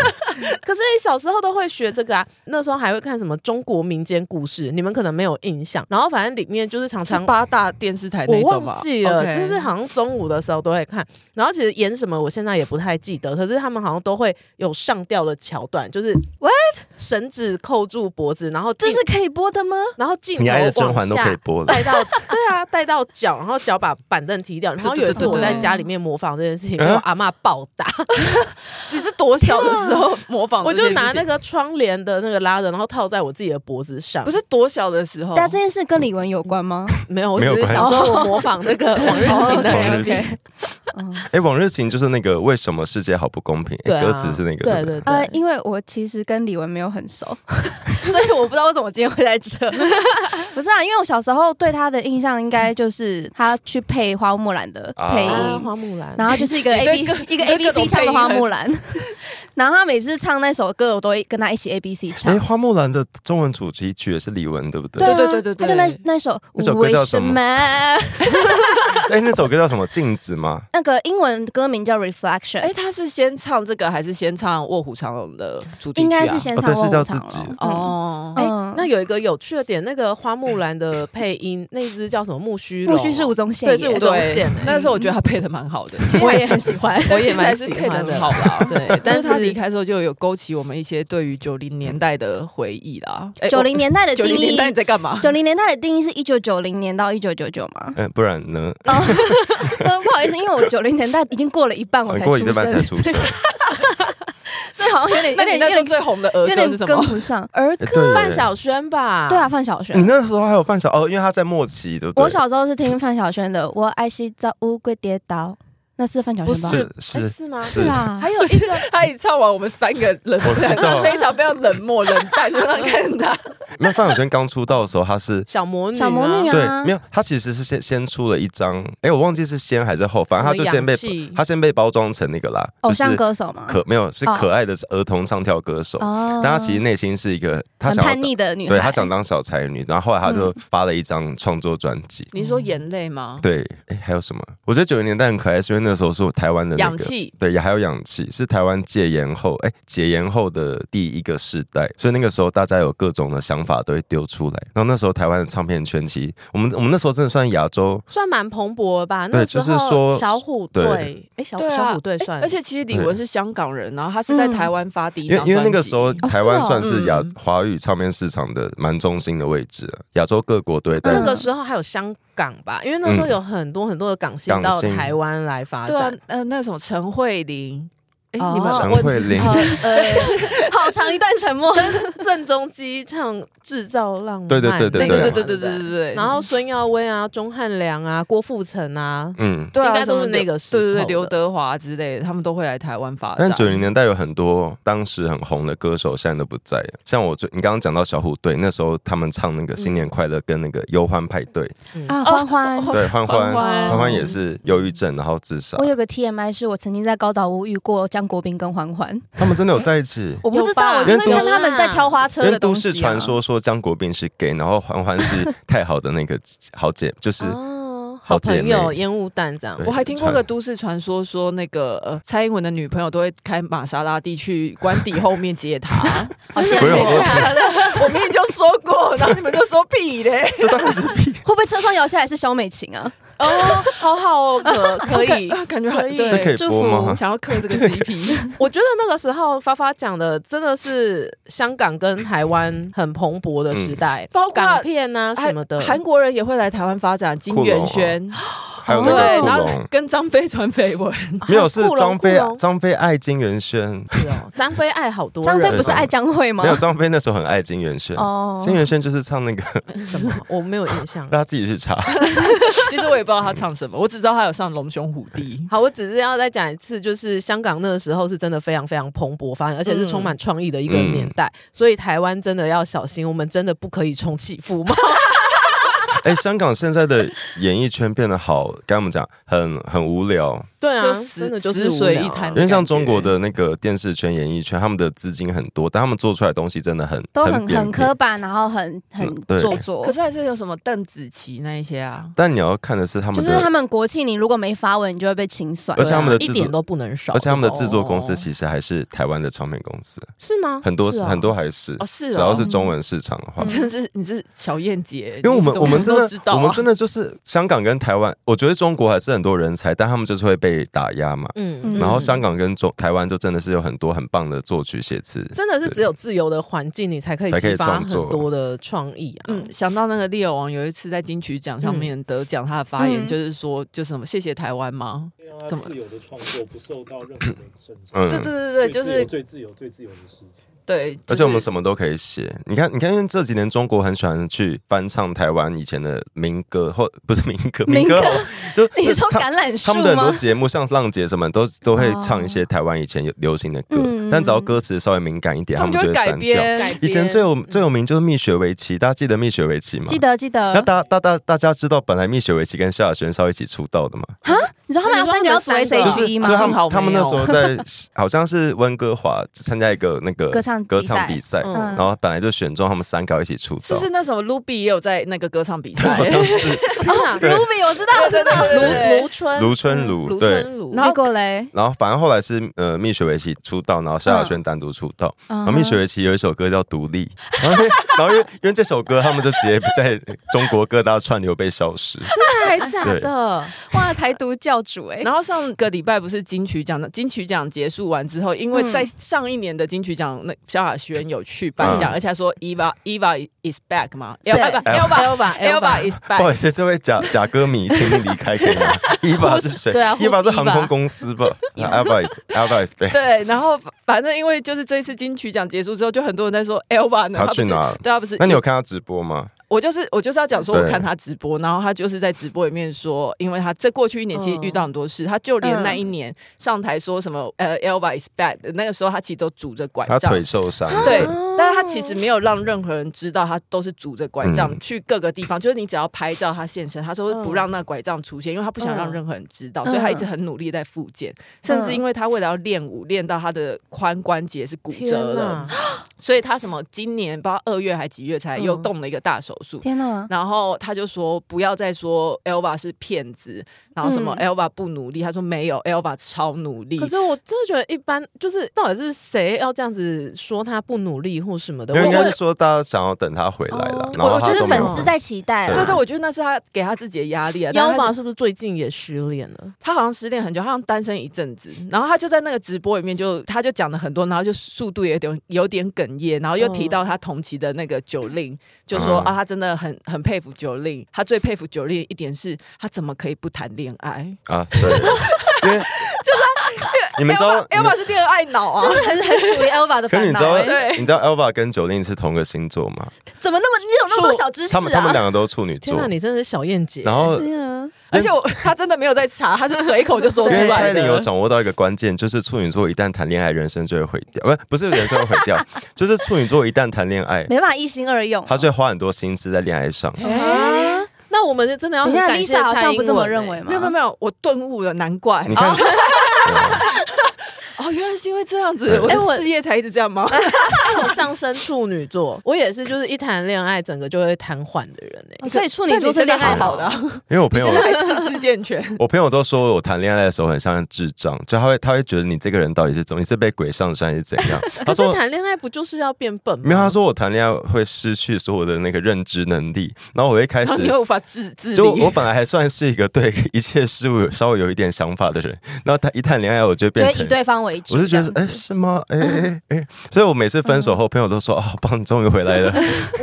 Speaker 2: 可是你小时候都会学这个啊，那时候还会看什么中国民间故事，你们可能没有印象。然后反正里面就是常
Speaker 1: 是
Speaker 2: 常
Speaker 1: 八大电视台
Speaker 2: 我
Speaker 1: 那种吧？
Speaker 2: 忘记了
Speaker 1: OK
Speaker 2: 就是好像中午的时候都会看，然后其实演什么我现在也不太记得，可是他们好像都会有上吊的桥段，就是
Speaker 3: What？
Speaker 2: 绳子扣住脖子，然后
Speaker 3: 这
Speaker 2: 镜
Speaker 3: 是可以播的吗？
Speaker 2: 然后镜头
Speaker 4: 你爱的甄
Speaker 2: 往
Speaker 4: 嬛都可以
Speaker 2: 下
Speaker 4: 播了。
Speaker 3: 哎
Speaker 2: 带到 对啊，带到脚，然后脚把板凳踢掉。然后有一次我在家里面模仿这件事情，被
Speaker 4: 对对对
Speaker 2: 我阿嬷暴 打。
Speaker 1: 只是多小的时候模仿
Speaker 2: 我
Speaker 1: 这件
Speaker 2: 就
Speaker 1: 事情，
Speaker 2: 拿那个窗帘的那个拉着，然后套在我自己的脖子上。
Speaker 1: 不是多小的时候，
Speaker 3: 但这件事跟李玟有 关吗？
Speaker 2: 没有，我
Speaker 4: 没有
Speaker 2: 只是
Speaker 4: 关
Speaker 2: 想
Speaker 4: 系
Speaker 2: 说我模仿那个 往日情的
Speaker 4: 往
Speaker 2: MV
Speaker 4: 日哦情，
Speaker 3: 嗯
Speaker 4: 哎、往日情就是那个为什么世界好不公平？哎
Speaker 2: 对啊
Speaker 4: 歌词是那个，
Speaker 2: 对
Speaker 4: 不
Speaker 2: 对对，
Speaker 3: 呃，因为我其实跟李玟没有很熟， 所以我不知道为什么我今天会在 这。不是啊，因为我小时候对她的印象应该就是她去配花木兰的配音，
Speaker 2: 啊花木兰，
Speaker 3: 然后就是一个
Speaker 1: 你
Speaker 3: A
Speaker 1: 对
Speaker 3: B
Speaker 1: 各
Speaker 3: 一个
Speaker 1: 你对
Speaker 3: A
Speaker 1: 各
Speaker 3: B
Speaker 1: 种
Speaker 3: C 唱
Speaker 1: 配
Speaker 3: 的
Speaker 1: 音
Speaker 3: 花
Speaker 1: 很
Speaker 3: 木兰， 然后她每次唱那首歌，我都会跟她一起 A B C
Speaker 4: 哎、
Speaker 3: 唱。
Speaker 4: 花木兰的中文主题曲也是李玟，对不对？
Speaker 1: 对
Speaker 3: 啊
Speaker 1: 对对对
Speaker 3: 她就那
Speaker 1: 对
Speaker 3: 那首
Speaker 4: 那首歌
Speaker 3: 为
Speaker 4: 叫什
Speaker 3: 什
Speaker 4: 么
Speaker 3: 么？
Speaker 4: 哎、那首歌叫什么？镜子吗？
Speaker 3: 那个英文歌名叫 Reflection，
Speaker 1: 哎，他是先唱这个还是先唱《卧虎藏龙》的主题曲啊？
Speaker 3: 应该是先
Speaker 4: 哦
Speaker 3: 唱
Speaker 4: 对
Speaker 3: 卧
Speaker 4: 是叫
Speaker 3: 虎
Speaker 4: 自
Speaker 3: 藏
Speaker 4: 己
Speaker 3: 龙。哦，
Speaker 1: 哦，
Speaker 2: 哎、
Speaker 3: 嗯
Speaker 2: 那有一个有趣的点，那个花木兰的配音，那只叫什么木须龙
Speaker 3: 木
Speaker 2: 哦？
Speaker 3: 须是吴宗宪
Speaker 2: 对
Speaker 3: 耶，
Speaker 2: 是吴宗
Speaker 1: 嗯对
Speaker 2: 宪，
Speaker 1: 那时候我觉得他配的蛮好的，其实
Speaker 3: 我也很喜欢。
Speaker 2: 我也蛮
Speaker 1: 但其
Speaker 2: 喜
Speaker 1: 实还是配
Speaker 2: 欢
Speaker 1: 的
Speaker 2: 的
Speaker 1: 很 好啦。
Speaker 2: 对，
Speaker 1: 但
Speaker 2: 但
Speaker 1: 是他离
Speaker 2: 是
Speaker 1: 开的时候就有勾起我们一些对于九零年代的回忆啦。哎
Speaker 3: 九零年代的
Speaker 1: 九
Speaker 3: 定
Speaker 1: 零年
Speaker 3: 义，
Speaker 1: 代你在干嘛？
Speaker 3: 九零年代的定义是一九九零年到一九九九吗？
Speaker 4: 嗯、不然呢？
Speaker 3: 哦， 哦不好意思，因为我九零年代已经过了一半，我 才
Speaker 4: 过一
Speaker 3: 出
Speaker 4: 半才
Speaker 3: 生。
Speaker 4: 出生。
Speaker 3: 所以好像有点
Speaker 1: 那
Speaker 3: 有
Speaker 1: 你
Speaker 3: 点
Speaker 1: 那时
Speaker 3: 有
Speaker 1: 候
Speaker 3: 点
Speaker 1: 最红的儿
Speaker 3: 有
Speaker 1: 歌是
Speaker 3: 点
Speaker 1: 什
Speaker 3: 跟
Speaker 1: 么？呃
Speaker 3: 不上儿歌。
Speaker 4: 哎对耶
Speaker 2: 范晓萱吧？
Speaker 3: 对啊，，范晓
Speaker 4: 你
Speaker 3: 萱。
Speaker 4: 那时候还有范晓哦，因为他在末期，对不对？
Speaker 3: 我小时候是听范晓�萱的《我爱洗澡，乌龟跌倒》，那是范晓萱吧？
Speaker 4: 是
Speaker 2: 哎
Speaker 4: 是
Speaker 2: 是吗？
Speaker 4: 是
Speaker 3: 是啊，
Speaker 2: 还有一个
Speaker 1: 他一唱完，我们三个冷
Speaker 4: 我知道
Speaker 1: 淡，非常非常冷漠、冷淡，就这样看他。
Speaker 4: 那范晓萱刚出道的时候，她是
Speaker 2: 小魔女，
Speaker 3: 小魔女啊
Speaker 4: 对，没有，她其实是先先出了一张，哎，我忘记是先还是后，反正她就先被
Speaker 2: 什么氧气
Speaker 4: 她先被包装成那个啦，
Speaker 3: 偶
Speaker 4: 就是
Speaker 3: 像歌手嘛。
Speaker 4: 可没有是
Speaker 3: 哦
Speaker 4: 可爱的儿童唱跳歌手，
Speaker 3: 哦
Speaker 4: 但她其实内心是一个她
Speaker 3: 很
Speaker 4: 想要
Speaker 3: 叛逆的女孩，嗯
Speaker 4: 对她想当小才女，然后后来她就发了一张创作专辑。
Speaker 1: 你说眼泪吗？
Speaker 4: 对，哎，还有什么？我觉得九零年代很可爱，是因为那时候是我台湾的那个
Speaker 1: 氧气
Speaker 4: 对，也还有氧气，是台湾戒严后，哎，解严后的第一个世代，所以那个时候大家有各种的想法都会丢出来。然后那时候台湾的唱片圈其实，我们我们那时候真的算亚洲，
Speaker 2: 算蛮蓬勃的吧？
Speaker 4: 对
Speaker 2: 那时
Speaker 4: 就是
Speaker 2: 候
Speaker 4: 说
Speaker 2: 小虎队
Speaker 4: 对，
Speaker 2: 哎，小
Speaker 1: 对啊
Speaker 2: 小虎队
Speaker 1: 诶
Speaker 2: 算，
Speaker 1: 而且其实李玟是香港人，然后他是在台湾发第一
Speaker 4: 因为
Speaker 1: 张专辑，
Speaker 4: 因为那个时候
Speaker 3: 哦
Speaker 4: 台湾算是亚
Speaker 2: 嗯
Speaker 4: 华语唱片市场的蛮中心的位置啊，亚洲各国都会带
Speaker 2: 那
Speaker 3: 嗯
Speaker 2: 个时候还有香港吧，因为那时候有很多很多的港星
Speaker 4: 嗯港
Speaker 2: 到
Speaker 4: 星
Speaker 2: 台湾来发
Speaker 1: 对啊
Speaker 2: 展。，
Speaker 1: 呃，那什么陈慧琳，哎，
Speaker 2: 哦
Speaker 1: 你们
Speaker 4: 陈
Speaker 2: 我
Speaker 4: 慧琳。
Speaker 2: 呃呃，
Speaker 3: 好长一段沉默。
Speaker 2: 郑中基唱《制造浪漫》，
Speaker 4: 对对
Speaker 1: 对
Speaker 4: 对对
Speaker 1: 对
Speaker 4: 啊
Speaker 1: 对对对对对，
Speaker 2: 然后孙耀威啊、钟汉良啊、郭富城啊，
Speaker 4: 嗯，
Speaker 1: 对啊，
Speaker 2: 应该都是
Speaker 1: 什么刘
Speaker 2: 那个时候
Speaker 1: 对对对，
Speaker 2: 的
Speaker 1: 刘德华之类的，他们都会来台湾发展。
Speaker 4: 但九零年代有很多当时很红的歌手，现在都不在了。像我最你刚刚讲到小虎队，那时候他们唱那个《新年快乐》跟那个《忧欢派对》，
Speaker 3: 啊，欢欢，
Speaker 1: 哦
Speaker 4: 对，欢欢
Speaker 1: 欢欢
Speaker 4: 欢欢也是忧郁症，然后自杀
Speaker 3: 我。有个 TMI 是我曾经在高岛屋遇过江国斌跟欢欢，。
Speaker 4: 他们真的有在一起
Speaker 3: 我不知
Speaker 2: 有吧
Speaker 3: 道，我就会
Speaker 4: 因为
Speaker 3: 看
Speaker 4: 都
Speaker 3: 他们
Speaker 1: 啊
Speaker 3: 在挑花
Speaker 4: 因
Speaker 3: 车
Speaker 4: 为
Speaker 3: 的
Speaker 4: 都
Speaker 3: 东西、
Speaker 4: 市
Speaker 3: 啊。
Speaker 4: 传说说张国斌是 gay，然后欢欢是太好的那个好姐，就是
Speaker 2: 哦，
Speaker 4: 好
Speaker 2: 好
Speaker 4: 姐
Speaker 2: 朋
Speaker 4: 妹
Speaker 2: 友烟雾弹这样
Speaker 4: 对。
Speaker 1: 我还听过个都市传说，说那个呃，蔡英文的女朋友都会开玛莎拉蒂去官邸后面接她。
Speaker 2: 好
Speaker 3: 哦真
Speaker 2: 像
Speaker 4: 的没有
Speaker 2: 没看
Speaker 1: 我明明就说过，然后你们就说屁嘞。
Speaker 4: 这当然是屁。
Speaker 3: 会不会车窗摇下来是肖美琴啊？
Speaker 2: 哦，好好哦， 可可以。
Speaker 1: 啊感觉很
Speaker 4: 这可以
Speaker 1: 对，
Speaker 4: 播吗？
Speaker 1: 想要刻这个 CP，
Speaker 2: 我觉得那个时候发发讲的真的是香港跟台湾很蓬勃的
Speaker 4: 嗯
Speaker 2: 时代，
Speaker 1: 包括
Speaker 2: 港片啊什么的。
Speaker 1: 韩国人也会来台湾发展，金元轩
Speaker 4: 还有那
Speaker 1: 对，
Speaker 4: 个库
Speaker 1: 然后
Speaker 4: 龙，
Speaker 1: 跟张飞传绯闻，
Speaker 4: 没有是
Speaker 2: 库龙
Speaker 4: 张飞啊
Speaker 2: 库，龙
Speaker 4: 张飞爱金元轩，
Speaker 2: 是哦张飞爱好多
Speaker 3: 张
Speaker 2: 人
Speaker 3: 飞不是爱张惠吗
Speaker 4: 没？有张飞那时候很爱金元轩。
Speaker 3: 哦，
Speaker 4: 金元轩就是唱那个，。
Speaker 2: 什么，我没有印象
Speaker 4: 大家自己去查。
Speaker 1: 其实我也不知道他唱什么，我只知道他有上《龙兄虎弟
Speaker 2: 好，我只是要再讲一次，就是香港那个时候是真的非常非常蓬勃发展，而且是充满创意的一个
Speaker 4: 嗯
Speaker 2: 年代，所以台湾真的要小心，我们真的不可以重启覆没。
Speaker 4: 哎，香港现在的演艺圈变得好，该怎么讲？很很无聊，
Speaker 2: 对啊，
Speaker 1: 就死
Speaker 2: 真的就
Speaker 1: 死
Speaker 2: 是
Speaker 1: 水
Speaker 2: 无聊
Speaker 1: 一潭
Speaker 4: 因为像
Speaker 1: 感觉
Speaker 4: 中国的那个电视圈、演艺圈，他们的资金很多，但他们做出来的东西真的很
Speaker 3: 都很
Speaker 4: 扁
Speaker 3: 很
Speaker 4: 平
Speaker 3: 刻板，然后很很
Speaker 4: 嗯对
Speaker 3: 做作。》，
Speaker 1: 可是还是有什么邓紫棋那一些啊。
Speaker 4: 但你要看的是他
Speaker 3: 就
Speaker 4: 们
Speaker 3: 是
Speaker 4: 的，
Speaker 3: 他们呃国庆，你如果没发文，你就会被清算
Speaker 4: 而。且他们的
Speaker 2: 对
Speaker 4: 制
Speaker 2: 啊
Speaker 4: 作
Speaker 2: 一点都不能少，
Speaker 4: 而且他们的制作公
Speaker 2: 哦
Speaker 4: 司其实还是台湾的唱片公司，
Speaker 2: 是吗？
Speaker 4: 很多
Speaker 2: 是啊
Speaker 4: 很多还是
Speaker 1: 哦，是哦，
Speaker 4: 呃只要是中文市场的 话。
Speaker 1: 真的是你是小燕姐，
Speaker 4: 因为我们
Speaker 1: 你
Speaker 4: 我们
Speaker 1: 怎
Speaker 4: 真
Speaker 1: 么
Speaker 4: 的、
Speaker 1: 都知道啊
Speaker 4: 我们真的就是香港跟台湾，我觉得中国还是很多人才，但他们就是会被打压嘛。
Speaker 2: 嗯
Speaker 4: 然后香港跟中台湾就真的是有很多很棒的作曲写词，
Speaker 2: 真的是只有自由的环境，你才可以
Speaker 4: 才可以
Speaker 2: 激发
Speaker 4: 创
Speaker 2: 很
Speaker 4: 作
Speaker 2: 多的创意啊。
Speaker 1: 嗯，想到那个猎王有一次在金曲奖上面得奖，他的发言
Speaker 3: 嗯
Speaker 1: 就是说，就是什么谢谢台湾吗？
Speaker 5: 让
Speaker 1: 怎么
Speaker 5: 啊他自由的创作，不受到任何的限制。
Speaker 4: 嗯，
Speaker 1: 对对对对，就
Speaker 5: 最自由
Speaker 1: 是
Speaker 5: 最自由、最自由的事情。
Speaker 1: 对，就是
Speaker 4: 而且我们什么都可以写。你看，你看，因为这几年中国很喜欢去翻唱台湾以前的民歌，或不是民歌，
Speaker 3: 民
Speaker 4: 歌
Speaker 3: 歌
Speaker 4: 好 就
Speaker 3: 你说
Speaker 4: 他
Speaker 3: 橄榄
Speaker 4: 他
Speaker 3: 树
Speaker 4: 们的很多
Speaker 3: 吗？
Speaker 4: 节目，像浪姐什么，都都会
Speaker 1: 哦
Speaker 4: 唱一些台湾以前有流行的歌，
Speaker 3: 嗯
Speaker 4: 但只要歌词稍微敏感一点，
Speaker 1: 他们就
Speaker 4: 就
Speaker 1: 会
Speaker 4: 会
Speaker 1: 改
Speaker 4: 删掉。
Speaker 1: 编。
Speaker 2: 改编
Speaker 4: 以 前最有最有名就是蜜雪维奇，大家记得蜜雪维奇吗？
Speaker 3: 记。得记
Speaker 4: 那
Speaker 3: 得，
Speaker 4: 大大大大家知道，本来蜜雪维奇跟萧亚轩是要一起出道的嘛？
Speaker 3: 你说他们要三个要组为
Speaker 2: 你说
Speaker 3: C
Speaker 2: 他
Speaker 4: 就是
Speaker 2: 们
Speaker 3: G 吗
Speaker 4: 就？是他
Speaker 1: 幸好
Speaker 4: 们他们
Speaker 1: 没有
Speaker 4: 那时候在好像是温哥华参加一个 那个
Speaker 3: 歌唱
Speaker 4: 歌
Speaker 3: 比
Speaker 4: 唱
Speaker 3: 赛
Speaker 4: 比赛，
Speaker 2: 嗯
Speaker 4: 然后本来就选中他们三个要一起出
Speaker 1: 是
Speaker 4: 道
Speaker 1: 不。是那什么 Ruby 也有在那个歌唱比赛
Speaker 4: 好？像是
Speaker 2: 天啊，
Speaker 4: 对
Speaker 3: Ruby，我知道，我知道。
Speaker 2: 卢卢春
Speaker 4: 卢春卢
Speaker 2: 卢
Speaker 4: 对
Speaker 2: 春卢，
Speaker 1: 然
Speaker 3: 结
Speaker 1: 后
Speaker 3: 果嘞，
Speaker 4: 然后反正后来是呃蜜雪维奇出道，然后萧亚轩单独出道。
Speaker 3: 嗯
Speaker 4: 然 后蜜雪维奇有一首歌叫《独立》，然后因为然后因为因为这首歌，他们就直接在中国各大串流被消失。
Speaker 2: 太还假的？
Speaker 3: 哇，台独教主哎、
Speaker 1: 然后上个礼拜不是金曲奖的，金曲奖结束完之后，因为在上一年的金曲奖，那萧亚轩有去颁奖，
Speaker 4: 嗯
Speaker 1: 而且还说 Eva Eva is back 嘛
Speaker 3: 是
Speaker 1: ，Eva Eva
Speaker 2: L 吧
Speaker 1: Eva is
Speaker 4: 不好
Speaker 1: back
Speaker 4: 意。思，这位假假歌迷，请你离开可以吗？伊巴是谁？
Speaker 2: 对啊
Speaker 4: 伊巴是
Speaker 2: who's Eva？
Speaker 4: 航空公司吧？Alba 啊 is Alba is back。
Speaker 1: 对，然后反正因为就是这一次金曲奖结束之后，就很多人在 说 Elva 呢，
Speaker 4: 他
Speaker 1: 不
Speaker 4: 去
Speaker 1: 是
Speaker 4: 哪
Speaker 1: 对啊他不是，
Speaker 4: 那你有看他直播吗？
Speaker 1: 我就是我就是要讲说，
Speaker 4: 对
Speaker 1: 我看他直播，然后他就是在直播里面说，因为他这过去一年其实遇到很多事，他就连那一年上台说什么呃 Elva is back 的那个时候，他其实都拄着拐
Speaker 4: 他
Speaker 1: 杖
Speaker 4: 腿，受伤。
Speaker 1: 对，
Speaker 2: 哦
Speaker 1: 但是他其实没有让任何人知道，他都是拄着拐杖、
Speaker 4: 嗯
Speaker 1: 去各个地方。就是你只要拍照他现身，他说
Speaker 2: 嗯
Speaker 1: 不让那拐杖出现，因为他不想让任何人知道，
Speaker 3: 嗯
Speaker 1: 所以他一直很努力在复健，甚
Speaker 2: 嗯
Speaker 1: 至因为他为了要练舞，练到他的髋关节是骨
Speaker 2: 天
Speaker 1: 折了
Speaker 2: 哪，，
Speaker 1: 所以他什么今年不知道二月还几月才
Speaker 2: 嗯
Speaker 1: 又动了一个大手术。
Speaker 3: 天哪，
Speaker 1: 然后他就说不要再说 Elva 是骗子，然后什么 Elva 不努力，他说没有 Elva 超努力，
Speaker 2: 嗯可是我真的觉得一般，就是到底是谁要这样子说他不努力或什么的？
Speaker 4: 因为
Speaker 2: 我
Speaker 4: 应该是
Speaker 2: 我
Speaker 4: 说大家想要等他回来了
Speaker 2: 哦，
Speaker 4: 然后
Speaker 1: 我
Speaker 4: 他
Speaker 1: 觉得
Speaker 4: 都
Speaker 3: 就是
Speaker 4: 没有
Speaker 3: 粉丝在期待、啊，
Speaker 1: 对对，我觉得那是他给他自己的压力啊。但他
Speaker 2: 妖吧是不是最近也失恋了？
Speaker 1: 他好像失恋很久，他好像单身一阵子，然后他就在那个直播里面就他就讲了很多，然后就速度也有点有点哽咽，然后又提到他同期的那个九令，就说、
Speaker 4: 嗯
Speaker 1: 啊，他真的很很佩服九令，他最佩服九令一点是他怎么可以不谈恋爱？
Speaker 4: 啊，对，因为就是 你们知道
Speaker 1: Elva-
Speaker 4: 你们
Speaker 1: Elva 是恋爱脑啊
Speaker 3: 真，的很很属于 Elva 的
Speaker 4: 可
Speaker 3: 烦
Speaker 4: 是你知
Speaker 3: 恼、
Speaker 4: 道
Speaker 3: 欸。
Speaker 1: 对
Speaker 4: 你知道 Elva 跟九令是同个星座吗？
Speaker 3: 怎么那么你怎么那么多小知识
Speaker 4: 他
Speaker 3: 啊？
Speaker 4: 们他们两个都是处女
Speaker 2: 天
Speaker 4: 座
Speaker 2: 哪，，你真的是小燕姐。
Speaker 4: 然后
Speaker 3: 对啊，
Speaker 1: 而且我他真的没有在查，他是随口就 说
Speaker 4: 因
Speaker 1: 出
Speaker 4: 为
Speaker 1: 来
Speaker 4: 蔡依林有
Speaker 1: 的。
Speaker 4: 掌握到一个关键，就是处女座一旦谈恋爱，人生就会毁掉，不不是人生会毁 掉，就是处女座一旦谈恋爱，
Speaker 3: 没办法一心二用。啊
Speaker 4: 他就会花很多心思在恋爱上。
Speaker 2: 啊，那我们真的要
Speaker 3: 等
Speaker 2: 很
Speaker 3: 一
Speaker 4: 啊
Speaker 3: 下
Speaker 2: 感谢
Speaker 3: ，Lisa 好
Speaker 2: 蔡
Speaker 3: 像
Speaker 2: 英
Speaker 3: 不
Speaker 2: 文
Speaker 3: 这么
Speaker 2: 欸
Speaker 3: 认为。吗？
Speaker 1: 哎没有没有没有，我顿悟了，难怪
Speaker 4: 你看，啊
Speaker 1: 哦，原来是因为这样子
Speaker 4: 对，
Speaker 1: 我
Speaker 2: 哎我
Speaker 1: 的事业才一直这样吗？
Speaker 3: 哎
Speaker 2: 因为我上升处女座，我也是，就是一谈恋爱整个就会瘫痪的人哎、
Speaker 3: 所以处
Speaker 1: 那
Speaker 3: 女座
Speaker 1: 你
Speaker 3: 是
Speaker 1: 现在
Speaker 3: 恋爱
Speaker 1: 还
Speaker 3: 脑
Speaker 1: 好的啊，
Speaker 4: 因为我朋友
Speaker 1: 现在还四肢健全。
Speaker 4: 我朋友都说我谈恋爱的时候很像智障，就他会他会觉得你这个人到底是怎么，你是被鬼上身还是怎 样？他
Speaker 2: 可
Speaker 4: 说
Speaker 2: 是谈恋爱不就是要变笨吗？
Speaker 4: 没有，他说我谈恋爱会失去所有的那个认知能力，然后我一开
Speaker 1: 然后你
Speaker 4: 始
Speaker 1: 又无法自自
Speaker 4: 就
Speaker 1: 理
Speaker 4: 我，本来还算是一个对一切事物有稍微有一点想法的人，然后他一谈恋爱我就
Speaker 3: 就
Speaker 4: 变
Speaker 3: 会
Speaker 4: 成
Speaker 3: 以。对方为主。
Speaker 4: 我是觉得，
Speaker 3: 这
Speaker 4: 哎、
Speaker 3: 样子
Speaker 4: 是吗？哎哎哎，所以我每次分手后，朋友都说，哦，好棒，你终于回来了。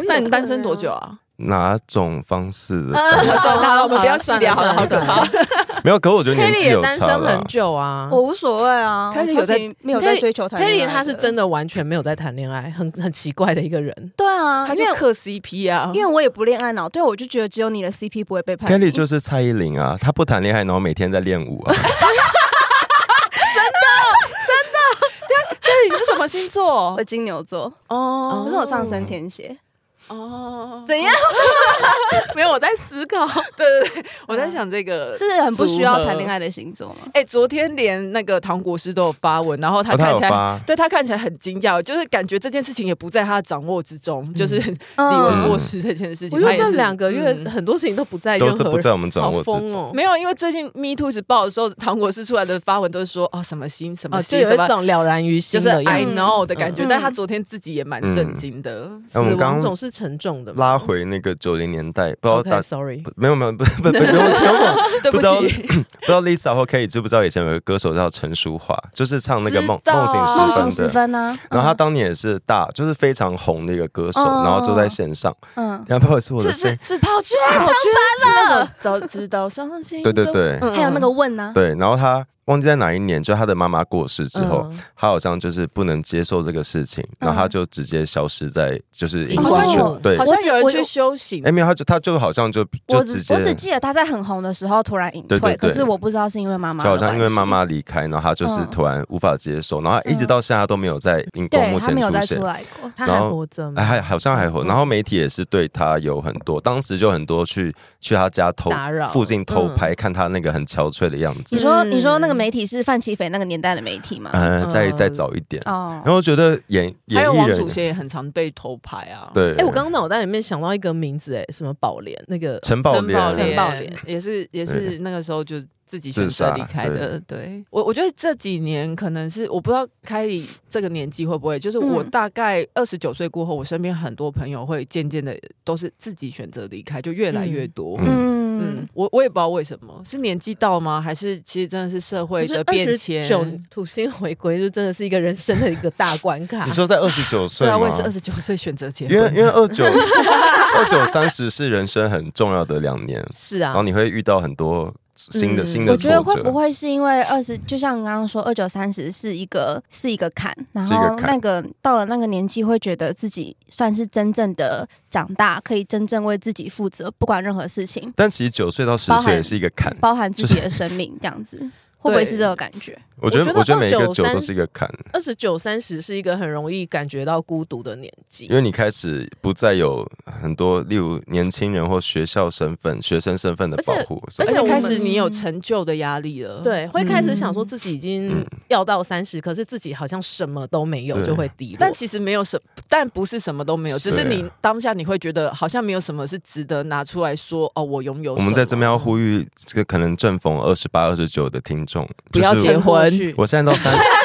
Speaker 1: 那你单身多久啊？
Speaker 4: 哪种方式的？
Speaker 1: 好算了，好了我们不要细
Speaker 2: 算了
Speaker 1: 聊，好了，好
Speaker 2: 算
Speaker 1: 可
Speaker 2: 了
Speaker 1: 怕。
Speaker 4: 没有，可是我觉得年
Speaker 2: Kelly
Speaker 4: 纪
Speaker 2: 也
Speaker 4: 有
Speaker 2: 单
Speaker 4: 差
Speaker 2: 身
Speaker 4: 了
Speaker 2: 很。久啊。
Speaker 3: 我无所谓啊，
Speaker 1: 开始有在
Speaker 3: 我超级没有在追求谈恋爱
Speaker 2: Kelly
Speaker 3: 的。
Speaker 2: 他是真的完全没有在谈恋爱，很很奇怪的一个人。
Speaker 3: 对啊，
Speaker 1: 他
Speaker 3: 因
Speaker 1: 就
Speaker 3: 为
Speaker 1: 嗑 CP 啊，
Speaker 3: 因为我也不恋爱脑，对我就觉得只有你的 CP 不会背叛你
Speaker 4: Kelly 就是蔡依林啊，她不谈恋爱，然后每天在练舞啊。
Speaker 1: 那你是什么星座
Speaker 3: 我？金牛座，
Speaker 1: 哦
Speaker 3: 可是 我上升天蝎，
Speaker 1: 哦，
Speaker 3: 怎样？
Speaker 2: 没有，我在思考。
Speaker 1: 对对对，我在想这个
Speaker 3: 是很不需要谈恋
Speaker 1: 爱。
Speaker 3: 爱的星座吗？
Speaker 1: 哎、昨天连那个唐国师都有发文，然后他
Speaker 4: 哦他
Speaker 1: 看
Speaker 4: 有
Speaker 1: 起来，
Speaker 4: 发
Speaker 1: 对他看起来很惊讶，就是感觉这件事情也不在他的掌握之中，就是李
Speaker 3: 嗯
Speaker 1: 玟过世这件事情。
Speaker 2: 我觉
Speaker 1: 他
Speaker 2: 得
Speaker 1: 也是
Speaker 2: 这两个月
Speaker 1: 嗯
Speaker 2: 很多事情都不在
Speaker 4: 都
Speaker 2: 任何
Speaker 4: 不在我们掌握
Speaker 2: 哎好
Speaker 4: 之中
Speaker 2: 疯哦。
Speaker 1: 没有，因为最近 Me Too 一直爆的时候，唐国师出来的发文都是说哦什么心什么
Speaker 2: 啊，就
Speaker 1: 心、
Speaker 2: 有
Speaker 1: 什
Speaker 2: 一
Speaker 1: 么，
Speaker 2: 种了然于
Speaker 1: 就
Speaker 2: 心
Speaker 1: 是
Speaker 2: 的样
Speaker 1: I
Speaker 2: 子。
Speaker 1: know 的感觉。
Speaker 3: 嗯
Speaker 1: 但他昨天自己也蛮震惊的。
Speaker 4: 哎我
Speaker 2: 死
Speaker 4: 们刚
Speaker 2: 亡
Speaker 4: 刚
Speaker 2: 总是沉重的嘛。
Speaker 4: 拉回那个九零年代，不知道大
Speaker 2: OK sorry，
Speaker 4: 没嗯哎有没有不不不不用不用
Speaker 1: 对不
Speaker 4: 不知道
Speaker 1: 起，
Speaker 4: 不知道 Lisa 或 K 知不知道以前有个歌手叫陈淑桦，就是唱那个梦
Speaker 1: 知道
Speaker 4: 梦
Speaker 1: 啊
Speaker 4: 醒
Speaker 3: 梦
Speaker 4: 时
Speaker 3: 醒
Speaker 4: 分
Speaker 3: 时
Speaker 4: 的。
Speaker 3: 分啊呢？
Speaker 4: 然后他当年也是大，就是非常红的一个歌手，
Speaker 3: 嗯
Speaker 4: 然后就在线上。
Speaker 3: 嗯，
Speaker 4: 然后不好意思，我的
Speaker 1: 是
Speaker 4: 声音
Speaker 1: 是是，
Speaker 3: 跑去爱
Speaker 2: 我
Speaker 3: 上
Speaker 2: 觉得
Speaker 1: 是那种早知道伤心。
Speaker 4: 对对对
Speaker 1: 嗯
Speaker 3: 还有那个问啊呢？
Speaker 4: 对，然后他忘记在哪一年，就他的妈妈过世之后，
Speaker 2: 嗯
Speaker 4: 他好像就是不能接受这个事情，然后他就直接消失在就是影
Speaker 2: 好
Speaker 4: 视
Speaker 2: 像
Speaker 4: 圈
Speaker 3: 有。
Speaker 4: 对
Speaker 1: 好，
Speaker 3: 我
Speaker 1: 像
Speaker 3: 只
Speaker 1: 有人
Speaker 3: 我
Speaker 1: 去修行
Speaker 4: 哎，没有，他就他就好像就就
Speaker 3: 我
Speaker 4: 直
Speaker 3: 只
Speaker 4: 接
Speaker 3: 我只记得他在很红的时候突然隐
Speaker 4: 对对
Speaker 3: 退，
Speaker 4: 对
Speaker 3: 可是我不知道是因为妈妈
Speaker 4: 就
Speaker 3: 的
Speaker 4: 好
Speaker 3: 关系，
Speaker 4: 像因为妈妈离开，然后他就是
Speaker 3: 嗯
Speaker 4: 突然无法接受，然后他一直到现在都没有在荧光
Speaker 3: 对
Speaker 4: 幕
Speaker 3: 他
Speaker 4: 前
Speaker 3: 没有
Speaker 4: 出
Speaker 3: 再
Speaker 4: 现
Speaker 3: 出。来过。
Speaker 2: 他
Speaker 4: 然
Speaker 2: 还
Speaker 4: 后
Speaker 2: 活着吗？
Speaker 4: 哎，还好像还活，
Speaker 2: 嗯
Speaker 4: 然后媒体也是对他有很多，当时就很多去去他家偷
Speaker 2: 打扰
Speaker 4: 附近偷拍，看他那个很憔悴的样子
Speaker 3: 你。说
Speaker 1: 嗯
Speaker 3: 你说那个媒体是范琪斐那个年代的媒体吗？
Speaker 4: 呃，再
Speaker 2: 嗯
Speaker 4: 再早一点，
Speaker 3: 哦
Speaker 4: 然，后觉得演
Speaker 1: 还
Speaker 4: 演
Speaker 1: 有
Speaker 4: 艺
Speaker 1: 王
Speaker 4: 人
Speaker 1: 祖贤也很常被偷拍啊。，
Speaker 4: 对，
Speaker 2: 哎、我刚刚脑袋里面想到一个名字，哎，什么宝莲那个，
Speaker 4: 陈宝
Speaker 1: 陈宝
Speaker 4: 莲，
Speaker 2: 莲
Speaker 1: 也是也是那个时候就自己选择离开的。对我，我觉得这几年可能是我不知道凯里这个年纪会不会，就是我
Speaker 3: 嗯
Speaker 1: 大概二十九岁过后，我身边很多朋友会渐渐的都是自己选择离开，就越来越多。嗯
Speaker 3: 嗯
Speaker 1: 我我也不知道为什么，是年纪到吗？还是其实真的是社会
Speaker 2: 是
Speaker 1: 的
Speaker 2: 二
Speaker 1: 变
Speaker 2: 十
Speaker 1: 迁？
Speaker 2: 九土星回归，就真的是一个人生的一个大关卡
Speaker 4: 你。说在二十九岁
Speaker 1: 对啊，
Speaker 4: 吗
Speaker 1: 我？也是二十九岁选择结
Speaker 4: 因为
Speaker 1: 婚
Speaker 4: 因。为二九二九三十是人生很重要的两年，
Speaker 2: 是
Speaker 4: 然后
Speaker 2: 啊，
Speaker 4: 你会遇到很多新的、
Speaker 2: 嗯
Speaker 4: 新
Speaker 3: 我
Speaker 4: 的
Speaker 3: 觉
Speaker 4: 挫
Speaker 3: 得
Speaker 4: 折。
Speaker 3: 会不会是因为二十，就像你刚刚说，二九三十是一个是一个坎，然
Speaker 4: 是一
Speaker 3: 后
Speaker 4: 个坎
Speaker 3: 那个到了那个年纪，会觉得自己算是真正的长大，可以真正为自己负责，不管任何事情，
Speaker 4: 但其实九岁到十
Speaker 3: 包含
Speaker 4: 岁也是一个坎，
Speaker 3: 包含自己的生命，这样 子，会不会是这种感觉？
Speaker 4: 我觉得
Speaker 2: 我
Speaker 4: 我
Speaker 2: 觉
Speaker 4: 觉
Speaker 2: 得
Speaker 4: 得每一个九
Speaker 2: 29
Speaker 4: 都是一个坎，
Speaker 2: 二十九三十是一个很容易感觉到孤独的年纪
Speaker 4: 因。为你开始不再有很多，例如年轻人或学校身份、学生身份的保护，
Speaker 2: 而
Speaker 1: 而
Speaker 2: 且
Speaker 1: 且
Speaker 2: 我
Speaker 1: 开
Speaker 2: 们嗯
Speaker 1: 始你有成就的压力了，
Speaker 2: 对，会开始想说
Speaker 3: 嗯
Speaker 2: 自己已经
Speaker 4: 嗯
Speaker 2: 要到三十、可是自己好像什么都没有，
Speaker 4: 对
Speaker 2: 就会低落。
Speaker 1: 但其实没有什，但不是什么都没有，只是
Speaker 4: 是
Speaker 1: 你当下你会觉得好像没有什么是值得拿出来说哦，我拥有什
Speaker 4: 我
Speaker 1: 么。
Speaker 4: 们在这边要呼吁这个可能正逢二十八、二十九的听众，
Speaker 1: 不要
Speaker 4: 就是
Speaker 1: 结婚
Speaker 4: 我现在到三。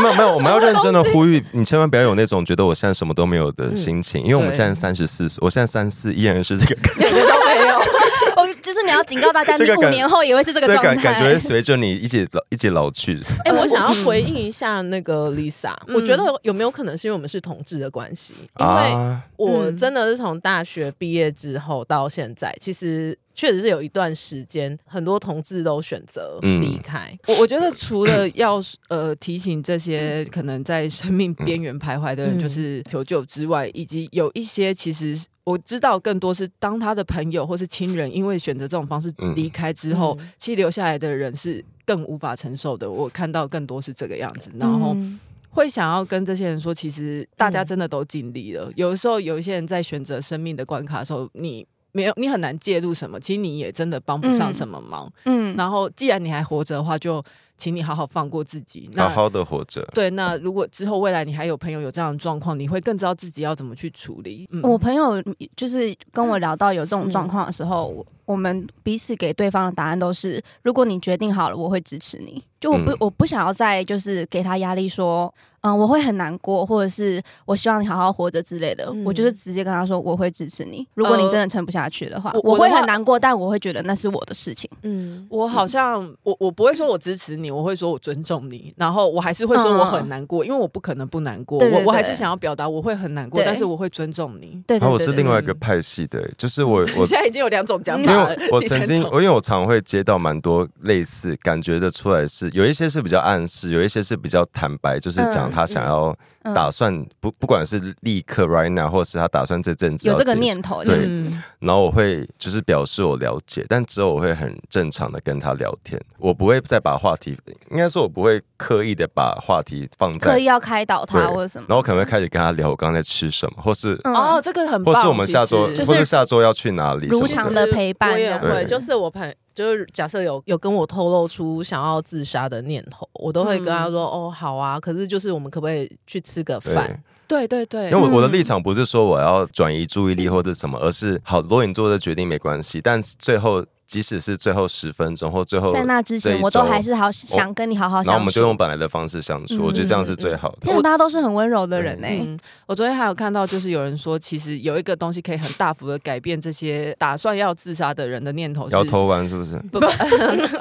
Speaker 4: 没有没有，我们要认真的呼吁你，千万不要有那种觉得我现在什么都没有的心情，因为我们
Speaker 1: 对
Speaker 4: 现在三十四，我现在三四依然是这个
Speaker 3: 什么都没有， 我就是你要警告大家，
Speaker 4: 这
Speaker 3: 你
Speaker 4: 个
Speaker 3: 五
Speaker 4: 感
Speaker 3: 年后也会 是这个
Speaker 4: 这
Speaker 3: 状
Speaker 4: 感感觉会
Speaker 3: 态。
Speaker 4: 随着你一起老一起老去。
Speaker 2: 哎、我想要回应一下那个 Lisa，、
Speaker 1: 嗯
Speaker 2: 我觉得有没有可能是因为我们是同志的关系？因为
Speaker 4: 啊，
Speaker 2: 我
Speaker 1: 嗯
Speaker 2: 真的是从大学毕业之后到现在，其实确实是有一段时间，很多同志都选择
Speaker 4: 嗯
Speaker 2: 离开。
Speaker 1: 我我觉得除了要 呃提醒这些可能在生命边缘徘徊的人，
Speaker 2: 嗯
Speaker 1: 就是求救之外，以及有一些其实我知道更多是当他的朋友或是亲人因为选择这种方式
Speaker 4: 嗯
Speaker 1: 离开之后，其实留下来的人是更无法承受的。我看到更多是这个样子，然后。
Speaker 3: 嗯
Speaker 1: 会想要跟这些人说，其实大家真的都尽力了。有的时候，有一些人在选择生命的关卡的时候，你没有，你很难介入什么，其实你也真的帮不上什么忙。
Speaker 3: 嗯
Speaker 1: 然后，既然你还活着的话，就请你好好放过自己。那
Speaker 4: 好好的活着。
Speaker 1: 对，那如果之后未来你还有朋友有这样的状况，你会更知道自己要怎么去处理。嗯，
Speaker 3: 我朋友就是跟我聊到有这
Speaker 4: 嗯
Speaker 3: 种状况的时候，我我们彼此给对方的答案都是：如果你决定好了，我会支持你。就我不、
Speaker 4: 嗯
Speaker 3: 我不想要再就是给他压力说，嗯，我会很难过，或者是我希望你好好活着之类的。
Speaker 2: 嗯
Speaker 3: 我就是直接跟他说，我会支持你。如果你
Speaker 4: 呃
Speaker 3: 真的撑不下去的话，
Speaker 1: 我
Speaker 3: 我
Speaker 1: 我的
Speaker 3: 会
Speaker 1: 话
Speaker 3: 很难过，但我会觉得那是我的事情。
Speaker 2: 嗯，
Speaker 1: 我好像我我不会说我支持你，我会说我尊重你，然后我还是会说我很难过，因为我不可能不难过，
Speaker 3: 对对
Speaker 1: 我我
Speaker 3: 对
Speaker 1: 还是想要表达我会很难过，
Speaker 3: 对
Speaker 1: 但是我会尊重你。
Speaker 3: 对对
Speaker 4: 然后我
Speaker 3: 对
Speaker 4: 是
Speaker 3: 对
Speaker 4: 另
Speaker 3: 对
Speaker 4: 外一个派系的，就是我我
Speaker 1: 我 现在已经有两种讲
Speaker 4: 因
Speaker 1: 法
Speaker 4: 为
Speaker 1: 了
Speaker 4: 我，我
Speaker 1: 第三
Speaker 4: 曾经，
Speaker 1: 种
Speaker 4: 我因为我常会接到蛮多类似，感觉得出来是有一些是比较暗示，有一些是比较坦白，就是讲他想要
Speaker 3: 嗯
Speaker 4: 打算不不管是立刻 right now，或者是他打算这阵子
Speaker 3: 有这个
Speaker 4: 要结束
Speaker 3: 念头，
Speaker 4: 对
Speaker 3: 这样子
Speaker 1: 嗯
Speaker 4: 然后我会就是表示我了解，但之后我会很正常的跟他聊天，我不会再把话题，应该说我不会刻意的把话题放在
Speaker 3: 刻意，要开导他
Speaker 4: 对
Speaker 3: 或者什么。
Speaker 4: 然后我可能会开始跟他聊我刚刚在吃什么，或是、
Speaker 3: 嗯
Speaker 1: 哦，这个很棒，
Speaker 4: 或是我们下周
Speaker 1: 其实
Speaker 3: 就是
Speaker 4: 或是下周要去哪里什
Speaker 3: 如
Speaker 4: 么
Speaker 3: 常
Speaker 4: 的。
Speaker 3: 的陪伴
Speaker 2: 我也
Speaker 3: 这样
Speaker 2: 会，
Speaker 4: 子
Speaker 2: 就是我朋就是假设有有跟我透露出想要自杀的念头，我都会跟他说、哦，好啊，可是就是我们可不可以去吃个
Speaker 4: 对，
Speaker 2: 饭？
Speaker 1: 对对对，
Speaker 4: 因为我我的
Speaker 3: 嗯
Speaker 4: 立场不是说我要转移注意力或者什么，而是好，如果你做的决定没关系，但是最后即使是最后十分钟或最后
Speaker 3: 在那之
Speaker 4: 这
Speaker 3: 前，
Speaker 4: 一
Speaker 3: 我都
Speaker 4: 周
Speaker 3: 还是好想跟你好好
Speaker 4: 然后我
Speaker 3: 相
Speaker 4: 们就
Speaker 3: 处。
Speaker 4: 用本来的方式相处，
Speaker 3: 嗯
Speaker 4: 我觉得这样是最好的。
Speaker 3: 天啊，大家都是很温柔的人呢、欸
Speaker 1: 嗯，我昨天还有看到，就是有人说，其实有一个东西可以很大幅的改变这些打算要自杀的人的念
Speaker 3: 嗯
Speaker 1: 头是。
Speaker 4: 摇头丸是不是？
Speaker 1: 不，不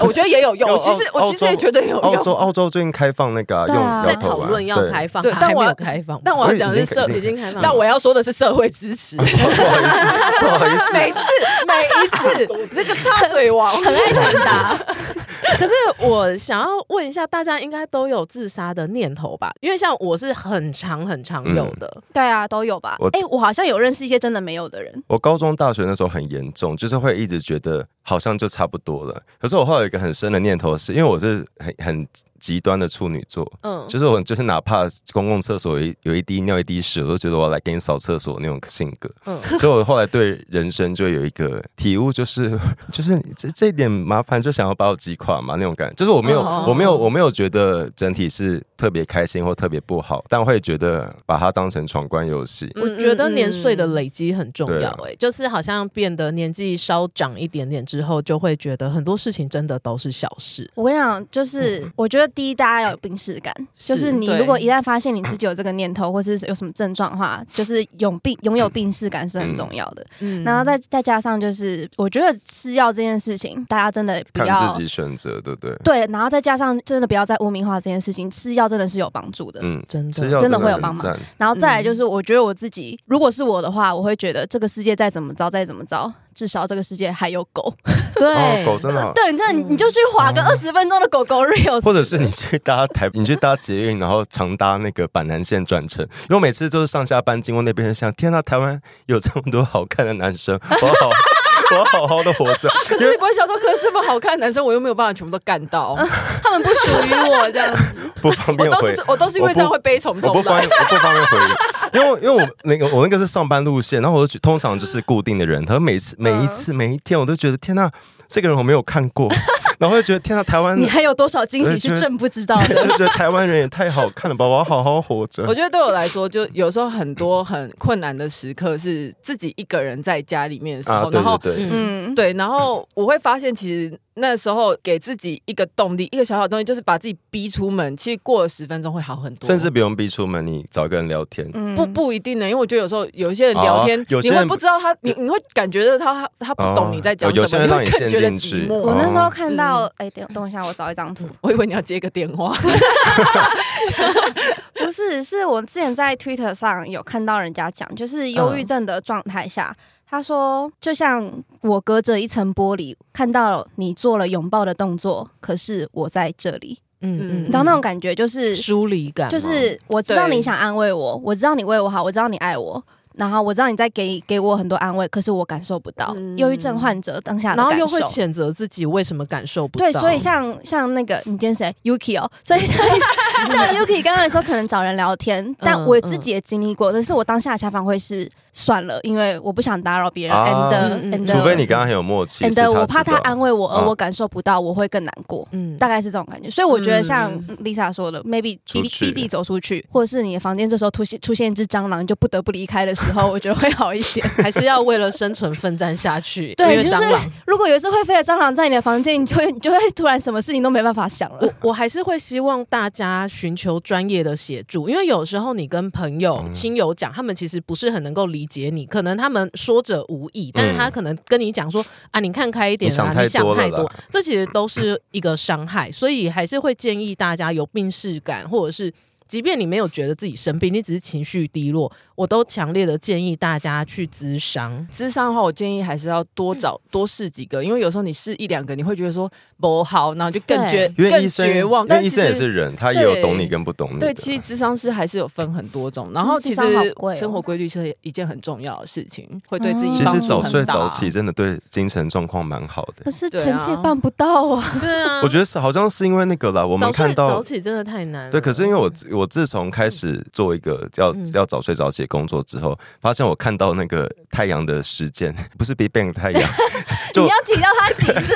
Speaker 1: 我觉得也有用。我
Speaker 4: 澳
Speaker 1: 其实我
Speaker 4: 澳
Speaker 1: 其实也
Speaker 4: 洲
Speaker 1: 觉得有
Speaker 4: 澳
Speaker 1: 用。
Speaker 4: 洲澳洲最近开放那个、啊
Speaker 3: 对啊
Speaker 4: 用
Speaker 2: 在
Speaker 4: 摇头
Speaker 2: 讨
Speaker 4: 丸，
Speaker 2: 论要
Speaker 4: 对
Speaker 2: 开放，
Speaker 1: 对
Speaker 2: 还
Speaker 1: 但我
Speaker 2: 没有开放吧，
Speaker 1: 但我要讲的是
Speaker 4: 我
Speaker 1: 社
Speaker 2: 已
Speaker 4: 已，经
Speaker 2: 经开放了，
Speaker 1: 但我要说的是社会支持。每
Speaker 4: 不好意思，不好意 思，
Speaker 1: 次 每一次，这个插嘴王，嗯
Speaker 3: 很爱抢答，
Speaker 2: 可是我想要问一下，大家应该都有自杀的念头吧？因为像我是很长很长有的，
Speaker 3: 对啊，都有吧
Speaker 4: 我？
Speaker 3: 哎、我好像有认识一些真的没有的人，
Speaker 4: 我高中、大学那时候很严重，就是会一直觉得好像就差不多了。可是我后来有一个很深的念头是，因为我是很很极端的处女座，
Speaker 2: 嗯，
Speaker 4: 就是我就是哪怕公共厕所有一有一滴尿一滴屎，我都觉得我要来给你扫厕所那种性格。
Speaker 2: 嗯
Speaker 4: 所以我后来对人生就有一个体悟，就是 就是这这一点麻烦就想要把我击垮嘛那种感觉，就是我没有、
Speaker 1: 哦
Speaker 4: 我没有我没有觉得整体是特别开心或特别不好，但会觉得把它当成闯关游
Speaker 1: 嗯
Speaker 4: 戏。
Speaker 2: 我觉得年岁的累积很重
Speaker 4: 对
Speaker 2: 要、
Speaker 4: 啊
Speaker 2: 欸，就是好像变得年纪稍长一点点之后，就会觉得很多事情真的都是小事。
Speaker 3: 我跟你讲，就是我觉得第一，大家要有病视感，
Speaker 2: 是
Speaker 3: 就是你
Speaker 1: 对
Speaker 3: 如果一旦发现你自己有这个念头，或是有什么症状的话，就是拥病拥有病视感是很重要的。
Speaker 2: 嗯
Speaker 3: 然后再再加上就是，我觉得吃药这件事情，大家真的不
Speaker 4: 看
Speaker 3: 要
Speaker 4: 自己选择，对不对？
Speaker 3: 对，然后再加上真的不要再污名化这件事情，吃药真的是有帮助的。
Speaker 4: 嗯，
Speaker 2: 真
Speaker 4: 吃
Speaker 2: 的
Speaker 4: 药
Speaker 3: 真的会有
Speaker 4: 很
Speaker 3: 帮忙
Speaker 4: 赞
Speaker 3: 然后再来就是，我觉得我自己，如果是我的话，我会觉得这个世界再怎么糟，再怎么糟，至少这个世界还有狗。
Speaker 2: 对、
Speaker 4: 哦，狗真的好。嗯
Speaker 3: 对，你真的你你就去划个二十分钟的狗狗 real，
Speaker 4: 或者是你去搭台， 你去搭捷运，然后常搭那个板南线转乘，因为我每次就是上下班经过那边，就想天呐，啊台湾有这么多好看的男生， 我好，我要好好的活着。
Speaker 1: 可是你不会想说，可是这么好看的男生，我又没有办法全部都干到，
Speaker 3: 他们不属于我 这样子。
Speaker 4: 不方
Speaker 1: 我
Speaker 4: 便
Speaker 1: 都
Speaker 4: 回
Speaker 1: 是，我都是因为这样会悲从
Speaker 4: 我不
Speaker 1: 中
Speaker 4: 方
Speaker 1: 来。
Speaker 4: 便，我不方便回应，因为因为我那个我那个是上班路线，然后我就觉通常就是固定的人，他每次每一
Speaker 1: 嗯
Speaker 4: 次每一天，我都觉得天呐，这个人我没有看过， 然后就觉得天呐，啊台湾
Speaker 3: 你。还有多少惊喜
Speaker 4: 对就是是
Speaker 3: 朕不知道
Speaker 4: 嗯对，
Speaker 3: 的？
Speaker 4: 就觉得台湾人也太好看了吧！我要好好活着。
Speaker 1: 我觉得对我来说，就有时候很多很困难的时刻是自己一个人在家里面的时候，
Speaker 4: 啊，对
Speaker 1: 然后
Speaker 4: 对对，
Speaker 2: 嗯
Speaker 3: 嗯，
Speaker 1: 对，然后我会发现，其实那时候给自己一个动力，一个小小的东西，就是把自己逼出门。其实过了十分钟会好很多，
Speaker 4: 甚至不用逼出门，你找一个人聊天，
Speaker 3: 嗯
Speaker 1: 不不一定呢，因为我觉得有时候有一些人聊天，
Speaker 4: 哦有些
Speaker 1: 你会
Speaker 4: 人
Speaker 1: 不知道他，你你会感觉到他他他不懂你在讲
Speaker 4: 哦
Speaker 1: 什
Speaker 4: 有
Speaker 1: 么，
Speaker 4: 些人
Speaker 1: 你
Speaker 4: 让
Speaker 1: 会
Speaker 4: 你
Speaker 1: 感觉
Speaker 4: 陷
Speaker 1: 得
Speaker 4: 进
Speaker 1: 寂
Speaker 4: 去
Speaker 1: 寞。
Speaker 3: 我那时候
Speaker 4: 哦
Speaker 3: 看到，哎、等等一下，我找一张图。
Speaker 1: 我以为你要接个电话，
Speaker 3: 不是，是我之前在 Twitter 上有看到人家讲，就是忧郁症的状态
Speaker 4: 嗯
Speaker 3: 下，他说就像我隔着一层玻璃看到你做了拥抱的动作，可是我在这里，
Speaker 1: 嗯
Speaker 3: 你知道那种感觉就是
Speaker 2: 疏离感吗，
Speaker 3: 就是我知道
Speaker 1: 对
Speaker 3: 你想安慰我，我知道你为我好，我知道你爱我。然后我知道你在给给我很多安慰，可是我感受不到
Speaker 1: 嗯
Speaker 3: 忧郁症患者当下的
Speaker 2: 然
Speaker 3: 感
Speaker 2: 后
Speaker 3: 受，
Speaker 2: 又会谴责自己为什么感受不到。
Speaker 3: 对，所以像像那个你今天谁 Yuki 哦， 所以像像 Yuki 刚才说可能找人聊天，但
Speaker 2: 嗯
Speaker 3: 我自己也经历过，但是我当下的想法会是算了，因为我不想打扰别人，and 呃
Speaker 2: 嗯嗯
Speaker 3: and
Speaker 4: 除非你跟他很有默契，是
Speaker 3: and 我怕
Speaker 4: 知
Speaker 3: 他
Speaker 4: 道
Speaker 3: 安慰我，而
Speaker 4: 嗯
Speaker 3: 我感受不到，我会更难过。
Speaker 2: 嗯
Speaker 3: 大概是这种感觉，所以我觉得像
Speaker 1: 嗯
Speaker 3: Lisa 说的，maybe
Speaker 4: 出
Speaker 3: B
Speaker 4: 去
Speaker 3: B D 走出去，或者是你的房间这时候出现出现一只蟑螂，你就不得不离开的时候，我觉得会好一 点。
Speaker 2: 还是要为了生存奋战下去。
Speaker 3: 对
Speaker 2: 因为
Speaker 3: 就是
Speaker 2: 蟑螂，
Speaker 3: 如果有一只会飞的蟑螂在你的房间，你就会你就会突然什么事情都没办法想
Speaker 4: 哦
Speaker 3: 了。
Speaker 2: 我我还是会希望大家寻求专业的协助，因为有时候你跟朋友、
Speaker 4: 嗯
Speaker 2: 亲友讲，他们其实不是很能够理解你，可能他们说者无意，但是他可能跟你讲说、啊，你看开一点啊，你
Speaker 4: 嗯你想太
Speaker 2: 想
Speaker 4: 多了
Speaker 2: 太
Speaker 4: 啦
Speaker 2: 多，这其实都是一个伤害，所以还是会建议大家有病视感，或者是。即便你没有觉得自己生病，你只是情绪低落，我都强烈的建议大家去咨商。
Speaker 1: 智商的话，我建议还是要多找多试几个，因为有时候你试一两个，你会觉得说不好，然后就更觉
Speaker 4: 因为
Speaker 1: 更
Speaker 4: 医生，
Speaker 1: 绝望。
Speaker 4: 因为
Speaker 1: 但
Speaker 4: 医
Speaker 1: 其
Speaker 4: 生
Speaker 1: 实
Speaker 4: 也是人，他也有
Speaker 1: 对
Speaker 4: 懂你跟不懂你的。
Speaker 1: 对，其实智商师还是有分很多种，然后
Speaker 3: 嗯
Speaker 1: 其
Speaker 3: 智商好
Speaker 1: 实
Speaker 3: 贵哦
Speaker 1: 生活规律是一件很重要的事情，会对自己
Speaker 3: 嗯
Speaker 4: 其
Speaker 1: 帮
Speaker 4: 实
Speaker 1: 助
Speaker 4: 早
Speaker 1: 很
Speaker 4: 睡
Speaker 1: 大
Speaker 4: 早起真的对精神状况蛮好的
Speaker 3: 可。是
Speaker 1: 对啊
Speaker 3: 臣妾办不到 啊！
Speaker 2: 对啊
Speaker 4: 我觉得是好像是因为那个啦，我
Speaker 2: 我
Speaker 4: 们看到
Speaker 2: 早起真的太难了。
Speaker 4: 对，可是因为我自我自从开始做一个要
Speaker 2: 嗯
Speaker 4: 要早睡早起的工作之后，发现我看到那个太阳的时间 不是 Big Bang 太阳，
Speaker 3: 你
Speaker 4: 就
Speaker 3: 要提到他 几次？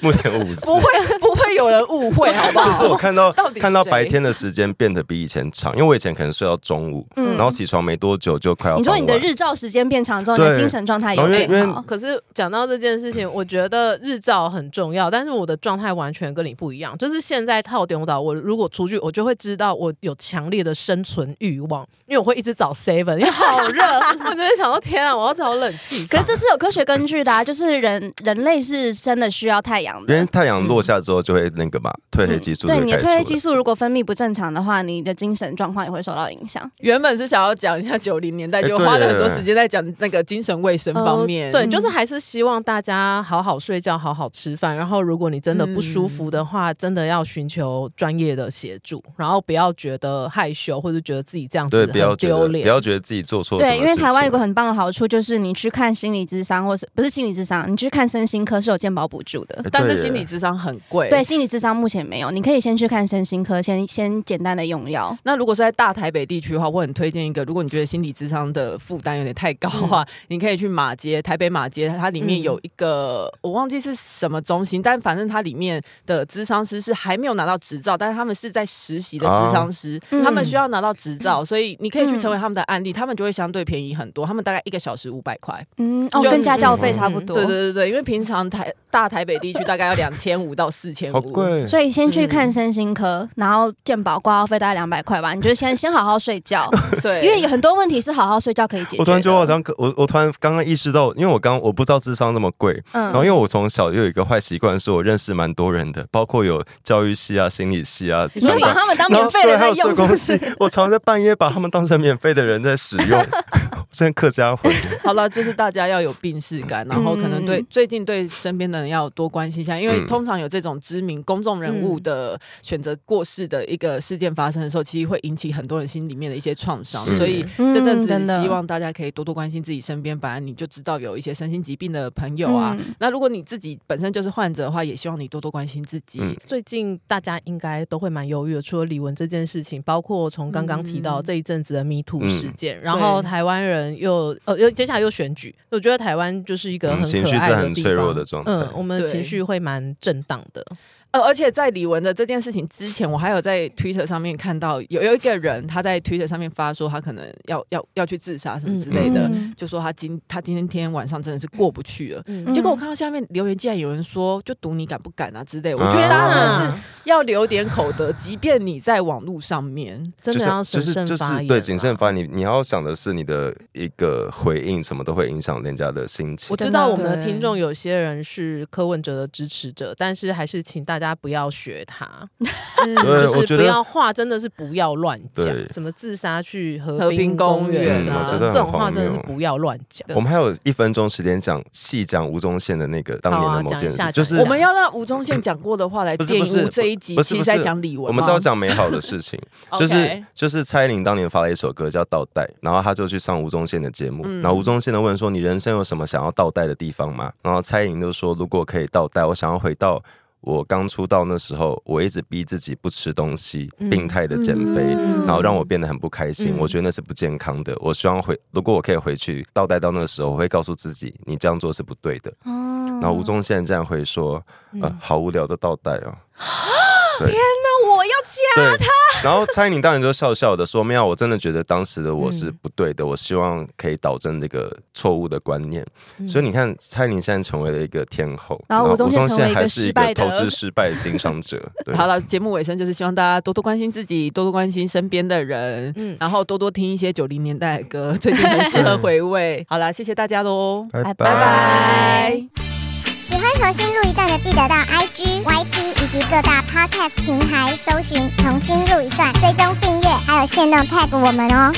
Speaker 4: 目前五次
Speaker 1: 不。会不会有人误 会，好不
Speaker 4: 就是我
Speaker 1: 好？
Speaker 4: 看到
Speaker 1: 到底
Speaker 4: 看到
Speaker 1: 谁
Speaker 4: 白天的时间变得比以前长，因为我以前可能睡到中午，
Speaker 3: 嗯
Speaker 4: 然后起床没多久就快要
Speaker 3: 你
Speaker 4: 傍
Speaker 3: 说
Speaker 4: 晚。
Speaker 3: 你的日照时间变长之后，你的
Speaker 4: 对
Speaker 3: 精神状态
Speaker 4: 然
Speaker 3: 有
Speaker 4: 后因为
Speaker 3: 变
Speaker 4: 因为
Speaker 3: 好。
Speaker 2: 哦可是讲到这件事情，我觉得日照很重要，但是我的状态完全跟你不一样。就是现在套顶岛，我如果出去，我就会知道我有强烈的生存欲望，因为我会一直找 seven，因为好热， 我就会想到天啊，我要找冷气
Speaker 3: 可
Speaker 2: 房。
Speaker 3: 是这是有科学根据的、啊，就是人人类是真的需要太阳
Speaker 4: 因为
Speaker 3: 的。
Speaker 4: 太阳落下之后就会那个嘛，褪黑激素就
Speaker 3: 对
Speaker 4: 会
Speaker 3: 你的
Speaker 4: 开
Speaker 3: 褪
Speaker 4: 出来
Speaker 3: 黑激素如果分泌不正常的话，你的精神状况也会受到影响。
Speaker 1: 原本是想要讲一下九零年代，
Speaker 4: 哎
Speaker 1: 就
Speaker 4: 对
Speaker 1: 花了很多
Speaker 4: 耶哎
Speaker 1: 时间在讲那个精神卫生方面。
Speaker 2: 呃对，
Speaker 3: 嗯
Speaker 2: 就是还是希望大家好好睡觉，好好吃饭。然后，如果你真的不舒
Speaker 4: 嗯
Speaker 2: 服的话，真的要寻求专业的协助，然后不要觉得害羞或者觉得自己这样
Speaker 4: 对，
Speaker 2: 子
Speaker 4: 不要
Speaker 2: 很
Speaker 4: 觉得
Speaker 2: 丢
Speaker 4: 不
Speaker 2: 脸。
Speaker 4: 要觉得自己做错什么
Speaker 3: 对，
Speaker 4: 事
Speaker 3: 因
Speaker 4: 情。
Speaker 3: 为台湾有个很棒的好处，就是你去看心理智商，或是不是心理智商，你去看身心科是有健保补助的。
Speaker 4: 哎
Speaker 1: 但是
Speaker 4: 对耶
Speaker 1: 心理智商很贵，
Speaker 3: 对，心理智商目前没有，你可以先去看身心科，先先简单的用药。
Speaker 1: 那如果是在大台北地区的话，我很推荐一个，如果你觉得心理智商的负担有点太高的话，
Speaker 3: 嗯
Speaker 1: 你可以去马街，台北马街，它里面有一个、我忘记是什么中心，但反正它里面的智商师是还没有拿到执照，但是他们是在实习的智商师，
Speaker 3: 嗯
Speaker 1: 他们需要拿到执照，所以你可以去成为他们的案例，他们就会相对便宜很多，他们大概一个小时五百块。
Speaker 3: 嗯，哦，
Speaker 1: 就
Speaker 3: 跟家教费差不多。
Speaker 1: 对对对对，因为平常台大台北地区大概要两千五到四千
Speaker 4: 好
Speaker 1: 五。
Speaker 4: 贵，
Speaker 3: 所以先去看身心科，然后健保挂号费大概两百块吧。你就先先好好睡 觉，
Speaker 1: 对，
Speaker 3: 因为有很多问题是好好睡觉可以解决的。
Speaker 4: 我突然觉得我好像可我我突然刚刚意识到，因为我刚我不知道智商这么贵，
Speaker 3: 嗯
Speaker 4: 然后因为我从小就有一个坏习惯，是我认识蛮多人的，包括有教育系啊、心理系啊，
Speaker 3: 你就把
Speaker 4: 然后
Speaker 3: 他们当免费
Speaker 4: 对
Speaker 3: 的
Speaker 4: 还
Speaker 3: 在
Speaker 4: 有社
Speaker 3: 用，是
Speaker 4: 工
Speaker 3: 不
Speaker 4: 系
Speaker 3: 是？，
Speaker 4: 我常常在半夜把他们当成免费的人在使 用，我现在客家魂。
Speaker 1: 好了，就是大家要有病视感，然后可能对、
Speaker 3: 嗯
Speaker 1: 最近对身边的人要多关心一下，因为
Speaker 4: 嗯
Speaker 1: 通常有这种知名公众人
Speaker 3: 嗯
Speaker 1: 物的选择过世的一个事件发生的时候，其实会引起很多人心里面的一些创伤，
Speaker 4: 是
Speaker 1: 所以。
Speaker 3: 嗯
Speaker 1: 这阵子
Speaker 3: 真的
Speaker 1: 希望大家可以多多关心自己身边，反正你就知道有一些身心疾病的朋友啊。
Speaker 3: 嗯
Speaker 1: 那如果你自己本身就是患者的话，也希望你多多关心自己。
Speaker 4: 嗯
Speaker 2: 最近大家应该都会蛮忧郁的，除了李玟这件事情，包括从刚刚提到
Speaker 1: 嗯
Speaker 2: 这一阵子的 Me Too
Speaker 4: 嗯
Speaker 2: 事件，然后
Speaker 1: 对
Speaker 2: 台湾人又呃又接下来又选举，我觉得台湾就是一个
Speaker 4: 嗯
Speaker 2: 很
Speaker 4: 情
Speaker 2: 可
Speaker 4: 绪
Speaker 2: 爱
Speaker 4: 是
Speaker 2: 的
Speaker 4: 很
Speaker 2: 地
Speaker 4: 脆弱
Speaker 2: 方
Speaker 4: 的状态
Speaker 2: 嗯，我们
Speaker 1: 对
Speaker 2: 情绪会蛮震荡的，
Speaker 1: 呃，而且在李玟的这件事情之前，我还有在 Twitter 上面看到有有一个人他在 Twitter 上面发说他可能要要要去自杀什么之类的，
Speaker 3: 嗯
Speaker 1: 就说他今他今天天晚上真的是过不去了。
Speaker 2: 嗯
Speaker 3: 嗯
Speaker 1: 结果我看到下面留言，竟然有人说就赌你敢不敢啊之类的，我
Speaker 4: 啊
Speaker 1: 觉得大家真的
Speaker 2: 真
Speaker 1: 是要留点口德，即便你在网络上面，
Speaker 2: 真的要
Speaker 4: 就
Speaker 2: 审
Speaker 4: 是
Speaker 2: 慎
Speaker 4: 就是
Speaker 2: 发言，
Speaker 4: 对谨慎。发言，你你要想的是你的一个回应，什么都会影响人家的心情
Speaker 2: 我。知道我们的
Speaker 1: 对
Speaker 2: 听众有些人是柯文哲的支持者，但是还是请大家不要学他，嗯
Speaker 4: 对
Speaker 2: 就
Speaker 4: 我
Speaker 2: 是
Speaker 4: 觉
Speaker 2: 不
Speaker 4: 得
Speaker 2: 要话真的是不要乱讲
Speaker 4: 对，
Speaker 2: 什么自杀去和
Speaker 1: 和
Speaker 2: 平
Speaker 1: 平
Speaker 2: 公
Speaker 1: 公
Speaker 2: 园
Speaker 1: 园
Speaker 2: 啊
Speaker 1: 嗯，我
Speaker 4: 觉得
Speaker 2: 这
Speaker 4: 很
Speaker 2: 种话真的是
Speaker 4: 荒谬
Speaker 2: 不要乱讲。
Speaker 4: 我们还有一分钟时间讲细讲吴宗宪的那个当年
Speaker 2: 好啊
Speaker 4: 的某
Speaker 2: 讲一
Speaker 4: 件事，
Speaker 2: 下讲
Speaker 4: 就是
Speaker 2: 一
Speaker 1: 我
Speaker 2: 下
Speaker 1: 们要让吴宗宪讲过的话来
Speaker 4: 不是
Speaker 1: 玷
Speaker 4: 不是
Speaker 1: 污这一集，
Speaker 4: 不是
Speaker 1: 其
Speaker 4: 不
Speaker 1: 实
Speaker 4: 是
Speaker 1: 在讲李玟吗，
Speaker 4: 我们是要讲美好的事情，就是
Speaker 1: OK
Speaker 4: 就是蔡依林当年发了一首歌叫《倒带》，然后她就去上吴宗宪的节目，然后吴宗宪的问说：“你人生有什么想要倒带的地方吗？”然后蔡依林就说：“如果可以倒带，我想要回到。”我刚出道那时候，我一直逼自己不吃东西，
Speaker 2: 嗯
Speaker 4: 病态的减肥，
Speaker 3: 嗯
Speaker 4: 然后让我变得很不开心。
Speaker 2: 嗯
Speaker 4: 我觉得那是不健康的。我希望回，如果我可以回去倒带到那个时候，我会告诉自己，你这样做是不对的。
Speaker 3: 哦
Speaker 4: 然后吴宗宪这样回说：“
Speaker 2: 嗯
Speaker 4: 呃，好无聊的倒带哦。”
Speaker 3: 那我要去啊
Speaker 4: 对，然后蔡依林当然就笑笑的说：“没有，我真的觉得当时的我
Speaker 3: 嗯
Speaker 4: 是不对的，我希望可以导正这个错误的观念。所以你看，蔡依林现在成为了一个天后，
Speaker 3: 嗯然后吴宗宪
Speaker 4: 吴
Speaker 3: 成为一个
Speaker 4: 还是一
Speaker 3: 失败
Speaker 4: 个
Speaker 3: 的
Speaker 4: 投资失败的经商 者。对，
Speaker 1: 好了，节目尾声就是希望大家多多关心自己，多多关心身边的人，
Speaker 2: 嗯
Speaker 1: 然后多多听一些九零年代的歌，最近很适 合回味。好啦，谢谢大家喽，
Speaker 4: 拜
Speaker 3: 拜拜。
Speaker 6: 喜欢重新录一段的，记得到 IG、YT 以及各大 Podcast 平台搜寻“重新录一段”，追踪订阅，还有限定 tag 我们哦。